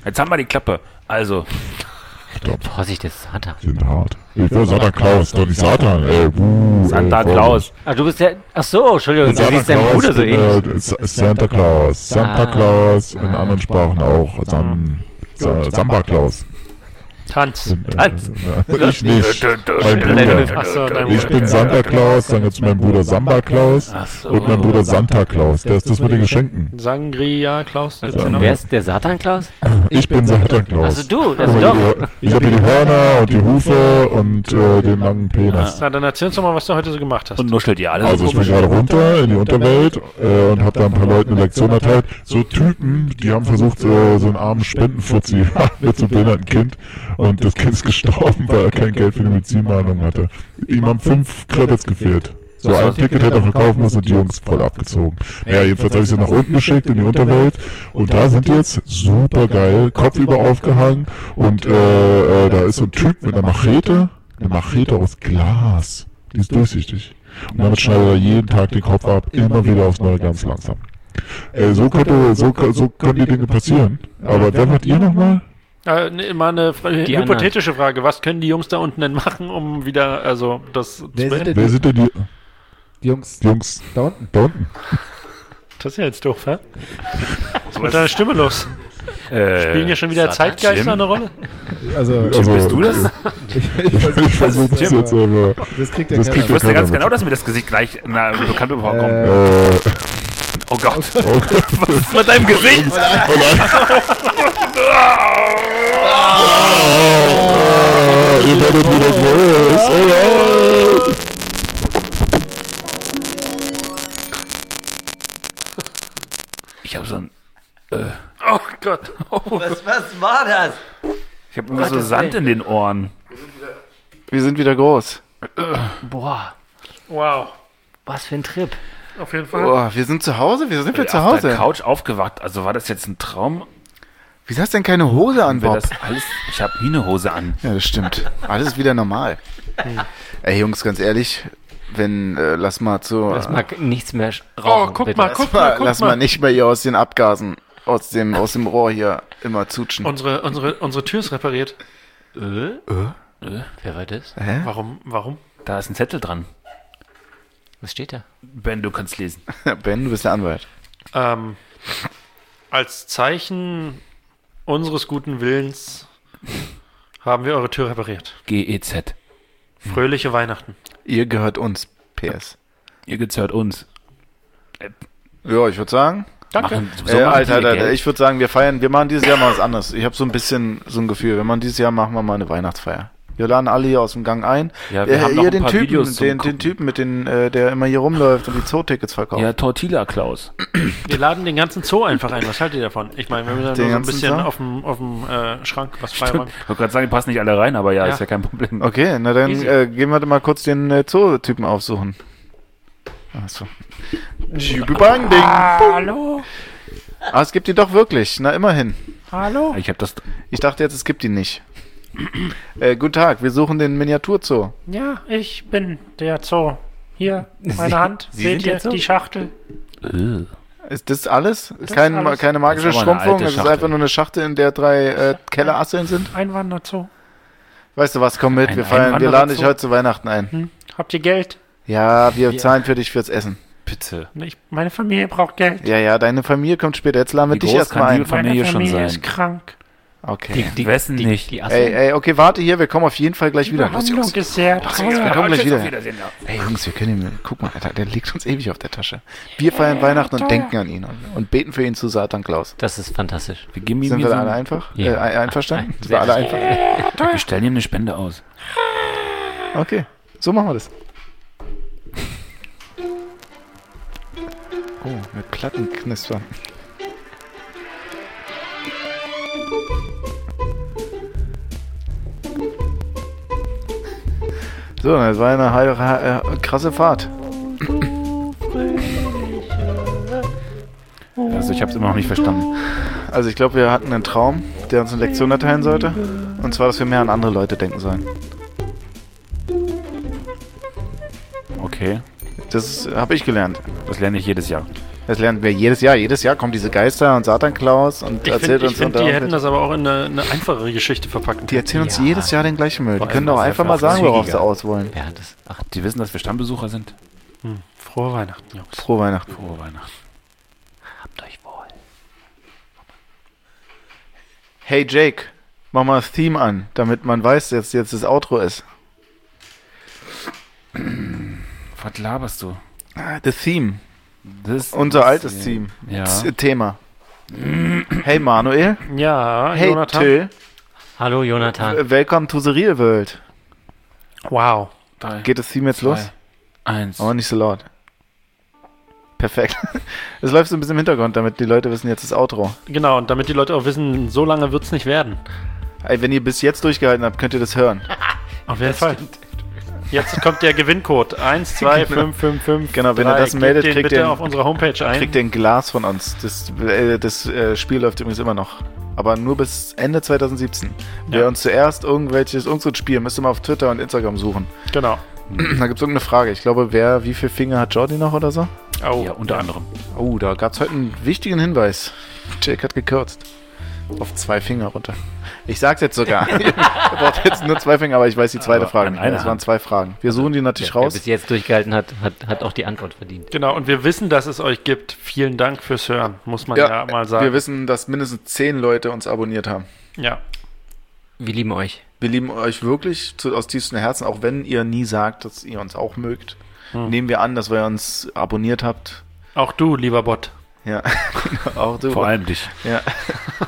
Speaker 7: Jetzt haben wir die Klappe. Also.
Speaker 9: Vorsicht, das ist Satan.
Speaker 15: sind hart. Ich bin Satan Klaus, doch nicht Satan, ey, buh,
Speaker 9: Santa
Speaker 15: ey,
Speaker 9: Claus. Ah, du bist der. Ach so, Entschuldigung, du
Speaker 15: Santa
Speaker 9: siehst deinen
Speaker 15: Claus,
Speaker 9: Bruder so
Speaker 15: äh,
Speaker 9: ähnlich.
Speaker 15: S- Santa Claus, Santa
Speaker 9: Ah.
Speaker 15: Claus, in anderen Sprachen auch. Sam, Sa- Samba Claus. äh,
Speaker 8: Tanz.
Speaker 7: Tanz.
Speaker 15: Ich nicht. Mein Bruder.
Speaker 8: Ach so, dein
Speaker 15: ich
Speaker 8: Bruder.
Speaker 15: bin Santa Claus, dann gibt's meinen Bruder Samba Claus und meinen Bruder Santa Claus. Der ist das mit den Geschenken.
Speaker 8: Sangria, Klaus. gibt's
Speaker 7: Also-
Speaker 8: den noch?
Speaker 9: Wer ist der Satan Klaus?
Speaker 15: Ich bin Satan Claus.
Speaker 9: Also du, das
Speaker 15: Guck mal,
Speaker 9: doch.
Speaker 15: die- Ich habe hier die Hörner und die Hufe und äh, den langen Penis.
Speaker 9: Ah.
Speaker 8: Na, dann erzähl uns doch mal, was du heute so gemacht hast.
Speaker 7: Und nuschelt ihr alle
Speaker 15: Also ich
Speaker 7: so
Speaker 15: bin
Speaker 7: komisch?
Speaker 15: gerade runter in die Unterwelt äh, und habe da ein paar Leuten eine Lektion erteilt. So Typen, die haben versucht, äh, so einen armen Spendenfuzzi mit so einem behinderten Kind und das Kind ist gestorben, weil er kein Geld für die Medizinbehandlung hatte. Ihm haben fünf Credits gefehlt. So ein Ticket hätte er verkaufen müssen und die Jungs voll abgezogen. Naja, jedenfalls habe ich sie nach unten geschickt in die Unterwelt und da sind die jetzt super geil, Kopf über aufgehangen und äh, äh, da ist so ein Typ mit einer Machete, eine Machete aus Glas. Die ist durchsichtig. Und damit schneidet er jeden Tag den Kopf ab, immer wieder aufs Neue, ganz langsam. Äh, so könnte, so, kö- so können die Dinge passieren. Aber wer wart ihr nochmal?
Speaker 8: Äh, nee, mal eine Fra-
Speaker 9: Die
Speaker 8: hypothetische Frage. Was können die Jungs da unten denn machen, um wieder, also, das zu
Speaker 15: Wer
Speaker 8: beenden?
Speaker 15: sind denn die? Die Jungs. Die Jungs. Da unten. Da unten.
Speaker 8: Das ist ja jetzt doof, hä? Was ist mit deiner Stimme los?
Speaker 7: Äh,
Speaker 8: Spielen hier schon wieder
Speaker 7: Satan
Speaker 8: Zeitgeister
Speaker 7: Jim?
Speaker 8: eine Rolle?
Speaker 19: Also,
Speaker 15: Jim, bist du (laughs)
Speaker 7: das?
Speaker 19: (laughs) Ich, ich,
Speaker 15: Ich versuch das jetzt, aber
Speaker 19: Das kriegt ja
Speaker 15: das
Speaker 19: keiner
Speaker 15: kriegt
Speaker 7: Ich wusste
Speaker 15: keiner
Speaker 7: ganz
Speaker 15: mit.
Speaker 7: genau, dass mir das Gesicht gleich na, bekannt überkommt.
Speaker 15: Äh, (laughs)
Speaker 7: Oh Gott. Was ist (laughs) mit deinem Gesicht?
Speaker 15: ah, ihr werdet
Speaker 19: (laughs)
Speaker 15: wieder groß. Oh ja.
Speaker 7: (laughs) Ich habe so ein. Äh,
Speaker 8: Oh Gott. Oh.
Speaker 9: Was, was war das?
Speaker 7: ich habe immer so Sand in den Ohren.
Speaker 6: Wir sind wieder groß.
Speaker 9: Boah,
Speaker 8: Wow.
Speaker 9: was für ein Trip.
Speaker 8: Auf jeden Fall.
Speaker 6: Boah, wir sind zu Hause. Wieso sind wir
Speaker 7: Äh,
Speaker 6: zu
Speaker 7: Auf der
Speaker 6: Hause?
Speaker 7: Couch aufgewacht. Also war das jetzt ein Traum?
Speaker 6: Wieso hast du denn keine Hose an,
Speaker 7: Wenn
Speaker 6: Bob?
Speaker 7: das alles, ich habe nie eine Hose an.
Speaker 6: Ja, das stimmt. Alles ist wieder normal.
Speaker 7: Hm.
Speaker 6: Ey, Jungs, ganz ehrlich, wenn, äh, lass mal zu.
Speaker 9: Das
Speaker 6: äh,
Speaker 9: mag nichts mehr sch-
Speaker 8: Oh,
Speaker 9: rauchen.
Speaker 8: guck
Speaker 9: bitte.
Speaker 8: mal, guck mal, guck
Speaker 6: lass mal nicht mehr hier aus den Abgasen. aus dem, aus dem Rohr hier immer zutschen.
Speaker 8: Unsere, unsere, unsere Tür ist repariert.
Speaker 7: Äh? Äh? Wer war das?
Speaker 6: Hä?
Speaker 8: Warum? Warum?
Speaker 7: Da ist ein Zettel dran.
Speaker 9: Was steht da?
Speaker 7: Ben, du kannst lesen.
Speaker 6: ben, du bist der Anwalt.
Speaker 8: Ähm, als Zeichen unseres guten Willens haben wir eure Tür repariert.
Speaker 7: GEZ.
Speaker 8: Fröhliche Weihnachten.
Speaker 6: Ihr gehört uns, PS.
Speaker 7: Ihr gehört uns.
Speaker 6: Ja, ich würde sagen.
Speaker 8: Danke.
Speaker 7: Machen- so
Speaker 6: äh,
Speaker 7: machen
Speaker 6: Alter,
Speaker 7: wir
Speaker 6: Alter,
Speaker 7: Geld.
Speaker 6: ich würde sagen, wir feiern, wir machen dieses Jahr mal was anderes. Ich habe so ein bisschen so ein Gefühl, wenn man dieses Jahr machen wir mal eine Weihnachtsfeier. Wir laden alle hier aus dem Gang ein.
Speaker 7: Ja, wir
Speaker 6: Äh,
Speaker 7: haben noch
Speaker 6: hier
Speaker 7: ein
Speaker 6: den
Speaker 7: paar
Speaker 6: Typen,
Speaker 7: Videos zum
Speaker 6: den, den
Speaker 7: Gucken.
Speaker 6: Typen mit den, äh, der immer hier rumläuft und die Zootickets verkauft.
Speaker 7: Ja, Tortilla
Speaker 6: (laughs)
Speaker 7: Klaus.
Speaker 8: Wir laden den ganzen Zoo einfach ein. Was haltet ihr davon? Ich meine, wenn wir dann
Speaker 6: Den
Speaker 8: nur so ein
Speaker 6: ganzen
Speaker 8: bisschen
Speaker 6: Zoo?
Speaker 8: auf dem, auf dem äh, Schrank was
Speaker 7: Ich
Speaker 8: feiern.
Speaker 7: wollte gerade sagen, die passen nicht alle rein, aber ja,
Speaker 8: Ja.
Speaker 7: ist ja kein Problem.
Speaker 6: Okay, na dann
Speaker 8: Easy.
Speaker 6: äh, gehen wir doch mal kurz den äh, Zootypen aufsuchen. Achso. Bang, ding.
Speaker 7: Hallo?
Speaker 6: Ah, es gibt die doch wirklich. Na, immerhin.
Speaker 7: Hallo? Ich habe das.
Speaker 6: Ich dachte jetzt, es gibt
Speaker 7: (clears throat)
Speaker 6: die nicht. äh, guten Tag, wir suchen den Miniaturzoo.
Speaker 8: Ja, ich bin der Zoo. Hier, meine
Speaker 7: Sie-
Speaker 8: Hand.
Speaker 7: Sie
Speaker 8: Seht
Speaker 7: sind der
Speaker 8: ihr
Speaker 7: Zoo?
Speaker 8: die Schachtel?
Speaker 7: Äh,
Speaker 6: Ist das alles? Ist
Speaker 8: ist
Speaker 6: kein,
Speaker 8: alles.
Speaker 6: Keine magische
Speaker 7: Das ist aber eine
Speaker 6: Schrumpfung,
Speaker 7: alte
Speaker 6: es ist
Speaker 7: Schachtel.
Speaker 6: einfach nur eine Schachtel, in der drei äh, Kellerasseln sind.
Speaker 8: Einwanderzoo.
Speaker 6: Weißt du was, komm mit,
Speaker 7: Ein
Speaker 6: wir feiern, wir laden dich
Speaker 7: Einwandererzoo?
Speaker 6: heute zu Weihnachten ein.
Speaker 8: Hm? Habt ihr Geld?
Speaker 6: Ja, wir
Speaker 7: Ja.
Speaker 6: zahlen für dich fürs Essen.
Speaker 7: bitte.
Speaker 8: Ich, meine Familie braucht Geld.
Speaker 6: Ja, ja, deine Familie kommt später, jetzt laden wir
Speaker 7: Wie
Speaker 6: dich
Speaker 7: groß
Speaker 6: erstmal
Speaker 7: kann
Speaker 6: ein.
Speaker 7: die Familie
Speaker 8: meine
Speaker 7: schon
Speaker 8: Familie
Speaker 7: sein.
Speaker 8: ist krank.
Speaker 6: Okay.
Speaker 7: Die Wessen nicht.
Speaker 9: Die
Speaker 6: Ey,
Speaker 9: Asse.
Speaker 6: ey, okay, warte hier, wir kommen auf jeden Fall gleich wieder. Los,
Speaker 8: Behandlung
Speaker 6: Jungs.
Speaker 8: ist sehr
Speaker 6: Wir
Speaker 8: teuer.
Speaker 6: kommen gleich wieder.
Speaker 7: Wiedersehen, ja.
Speaker 6: Ey, Jungs, wir können ihn. Guck mal, Alter, der liegt uns ewig auf der Tasche. Wir feiern Weihnachten und denken an ihn und, und beten für ihn zu Satan Klaus.
Speaker 9: Das ist fantastisch.
Speaker 7: Wir geben ihm
Speaker 6: Sind
Speaker 7: hier
Speaker 6: wir
Speaker 7: so
Speaker 6: da alle
Speaker 7: ein-
Speaker 6: einfach?
Speaker 9: Ja.
Speaker 6: Äh, ein- einverstanden?
Speaker 9: Nein,
Speaker 6: Sind wir alle einfach?
Speaker 7: Wir stellen ihm eine Spende aus.
Speaker 6: Okay, so machen wir das. Oh, mit Plattenknistern. So, das war eine hei- hei- äh, krasse Fahrt.
Speaker 7: Also ich habe es immer noch nicht verstanden.
Speaker 6: Also ich glaube, wir hatten einen Traum, der uns eine Lektion erteilen sollte. Und zwar, dass wir mehr an andere Leute denken sollen.
Speaker 7: Okay,
Speaker 6: Das habe ich gelernt.
Speaker 7: das lerne ich jedes Jahr.
Speaker 6: Das lernen wir jedes Jahr. Jedes Jahr kommen diese Geister und Satanklaus und
Speaker 8: Ich
Speaker 6: erzählt
Speaker 8: finde,
Speaker 6: uns
Speaker 8: find,
Speaker 6: unter
Speaker 8: die hätten das aber auch in eine, eine einfachere Geschichte verpacken
Speaker 6: Die
Speaker 8: können.
Speaker 6: erzählen uns
Speaker 9: Ja.
Speaker 6: jedes Jahr den gleichen Müll. Die
Speaker 7: Vor
Speaker 6: können
Speaker 7: allem
Speaker 6: doch
Speaker 7: ist
Speaker 6: einfach
Speaker 7: ja
Speaker 6: mal sagen, worauf sie
Speaker 7: zügiger.
Speaker 6: aus wollen.
Speaker 9: Ja, das. Ach,
Speaker 7: Die wissen, dass wir Stammbesucher sind.
Speaker 8: Hm. Frohe Weihnachten, Jungs.
Speaker 6: Frohe Weihnachten.
Speaker 7: Frohe Weihnachten.
Speaker 9: habt euch wohl.
Speaker 6: Hey Jake, mach mal das Theme an, damit man weiß, dass jetzt das Outro ist.
Speaker 7: Was laberst du?
Speaker 6: Das Ah, Theme.
Speaker 7: Das
Speaker 6: Unser altes Theme.
Speaker 7: Ja.
Speaker 6: Das Thema. Hey Manuel.
Speaker 8: Ja,
Speaker 6: Hey
Speaker 8: Jonathan.
Speaker 6: Till.
Speaker 9: Hallo, Jonathan.
Speaker 6: Welcome to the real world.
Speaker 8: Wow.
Speaker 7: Drei,
Speaker 6: Geht das Theme jetzt
Speaker 7: zwei,
Speaker 6: los?
Speaker 7: Eins.
Speaker 6: Aber nicht so laut. Perfekt. (laughs) Es läuft so ein bisschen im Hintergrund, damit die Leute wissen, jetzt das Outro.
Speaker 8: Genau, und damit die Leute auch wissen, so lange wird es nicht werden.
Speaker 6: Ey, wenn ihr bis jetzt durchgehalten habt, könnt ihr das hören.
Speaker 8: Auf jeden Fall. Jetzt kommt der Gewinncode. 1, 2, 5, 5, 5.
Speaker 6: Genau, wenn ihr das meldet,
Speaker 8: den
Speaker 6: kriegt
Speaker 8: bitte
Speaker 6: ihr-
Speaker 8: auf unserer Homepage ein.
Speaker 6: Kriegt ihr ein Glas von uns. Das, äh, das äh, Spiel läuft übrigens immer noch. Aber nur bis Ende 2017. Wer
Speaker 8: Ja.
Speaker 6: uns zuerst irgendwelches unseres Spiel, müsst ihr mal auf Twitter und Instagram suchen.
Speaker 8: Genau.
Speaker 6: da gibt es irgendeine Frage. Ich glaube, wer, wie viele Finger hat Jordi noch oder so?
Speaker 8: Oh.
Speaker 7: Ja, unter anderem.
Speaker 6: Oh, da gab es heute einen wichtigen Hinweis. Jake hat gekürzt. Auf zwei Finger runter. Ich sag's
Speaker 7: (laughs)
Speaker 6: jetzt sogar. Ihr braucht jetzt nur zwei Finger, aber ich weiß die zweite
Speaker 7: Aber
Speaker 6: Frage
Speaker 7: an
Speaker 6: nicht. mehr.
Speaker 7: einer
Speaker 6: Es waren
Speaker 7: Hand.
Speaker 6: zwei Fragen. Wir suchen die natürlich
Speaker 9: Wer
Speaker 6: raus.
Speaker 9: bis jetzt durchgehalten hat, hat, hat auch die Antwort verdient.
Speaker 8: Genau, und wir wissen, dass es euch gibt. Vielen Dank fürs Hören, muss man ja,
Speaker 6: Ja,
Speaker 8: mal sagen.
Speaker 6: wir wissen, dass mindestens zehn Leute uns abonniert haben.
Speaker 8: ja.
Speaker 9: Wir lieben euch.
Speaker 6: Wir lieben euch wirklich zu, aus tiefstem Herzen, auch wenn ihr nie sagt, dass ihr uns auch mögt.
Speaker 7: Hm.
Speaker 6: Nehmen wir an, dass ihr uns abonniert habt.
Speaker 8: Auch du, lieber Bot.
Speaker 6: Ja, (laughs) genau, auch du.
Speaker 7: Vor allem dich.
Speaker 6: Ja.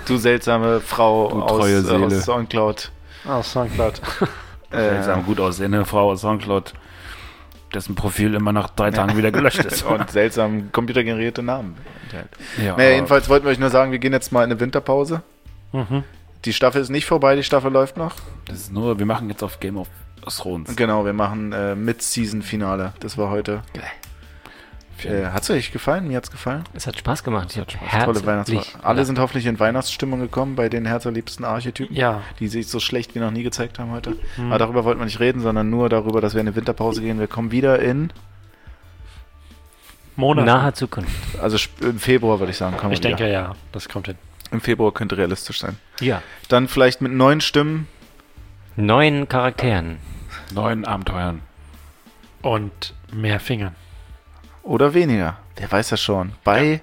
Speaker 6: Du seltsame Frau
Speaker 7: Du
Speaker 6: aus,
Speaker 7: treue
Speaker 6: äh,
Speaker 7: Seele.
Speaker 6: aus Soundcloud.
Speaker 8: Oh, Soundcloud.
Speaker 6: Äh,
Speaker 7: Seltsam gut aussehende Frau aus Soundcloud, dessen Profil immer nach drei Tagen wieder gelöscht
Speaker 6: (laughs)
Speaker 7: ist.
Speaker 6: äh, und seltsam computergenerierte Namen.
Speaker 7: ja,
Speaker 6: Naja, jedenfalls wollten wir euch nur sagen, wir gehen jetzt mal in eine Winterpause.
Speaker 8: Mhm.
Speaker 6: Die Staffel ist nicht vorbei, die Staffel läuft noch.
Speaker 7: Das ist nur, wir machen jetzt auf Game of Thrones.
Speaker 6: Genau, wir machen äh, Mid-Season-Finale. Das war heute. Äh, hat's euch gefallen? Mir hat's gefallen.
Speaker 9: Es hat Spaß gemacht. Es hat Spaß.
Speaker 6: Tolle Weihnachtsfeier. Alle sind hoffentlich in Weihnachtsstimmung gekommen bei den herzerliebsten Archetypen,
Speaker 8: Ja. Mhm.
Speaker 6: die sich so schlecht wie noch nie gezeigt haben heute. Aber darüber wollten wir nicht reden, sondern nur darüber, dass wir in eine Winterpause gehen. Wir kommen wieder in
Speaker 8: Monaten.
Speaker 9: Naher Zukunft.
Speaker 6: Also sp- im Februar würde ich sagen, kommen
Speaker 8: Ich
Speaker 6: wir
Speaker 8: denke
Speaker 6: wieder.
Speaker 8: ja, das kommt hin.
Speaker 6: Im Februar könnte realistisch sein.
Speaker 9: Ja.
Speaker 6: Dann vielleicht mit neun Stimmen.
Speaker 9: Neun Charakteren.
Speaker 7: Neun Abenteuern.
Speaker 8: Und mehr Fingern.
Speaker 6: Oder weniger. Wer weiß das schon. Bei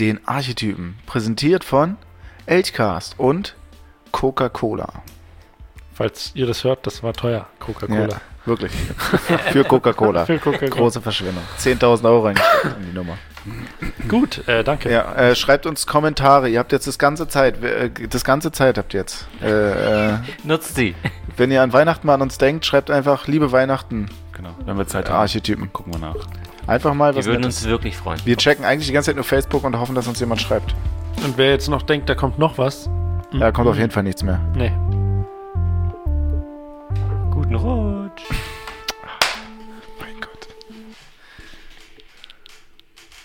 Speaker 6: den Archetypen. Präsentiert von Elchcast und Coca-Cola.
Speaker 8: Falls ihr das hört, das war teuer, Coca-Cola.
Speaker 6: Ja, wirklich. Für Coca-Cola.
Speaker 8: Für Coca-Cola.
Speaker 6: Große Verschwendung. 10.000 Euro reingesteckt in die Nummer.
Speaker 8: Gut, äh, danke.
Speaker 6: Ja, äh, schreibt uns Kommentare. Ihr habt jetzt das ganze Zeit, äh, das ganze Zeit habt ihr jetzt. Äh, äh,
Speaker 9: Nutzt sie.
Speaker 6: wenn ihr an Weihnachten mal an uns denkt, schreibt einfach liebe Weihnachten.
Speaker 7: Genau. Wenn wir Zeit
Speaker 6: haben. Archetypen.
Speaker 7: Gucken wir nach.
Speaker 6: Einfach mal
Speaker 9: Die
Speaker 6: was
Speaker 9: würden
Speaker 6: Nettes.
Speaker 9: uns wirklich freuen.
Speaker 6: Wir checken eigentlich die ganze Zeit nur Facebook und hoffen, dass uns jemand schreibt.
Speaker 8: Und wer jetzt noch denkt, da kommt noch was.
Speaker 6: Da kommt auf jeden Fall nichts mehr.
Speaker 8: Nee.
Speaker 9: Guten Rutsch.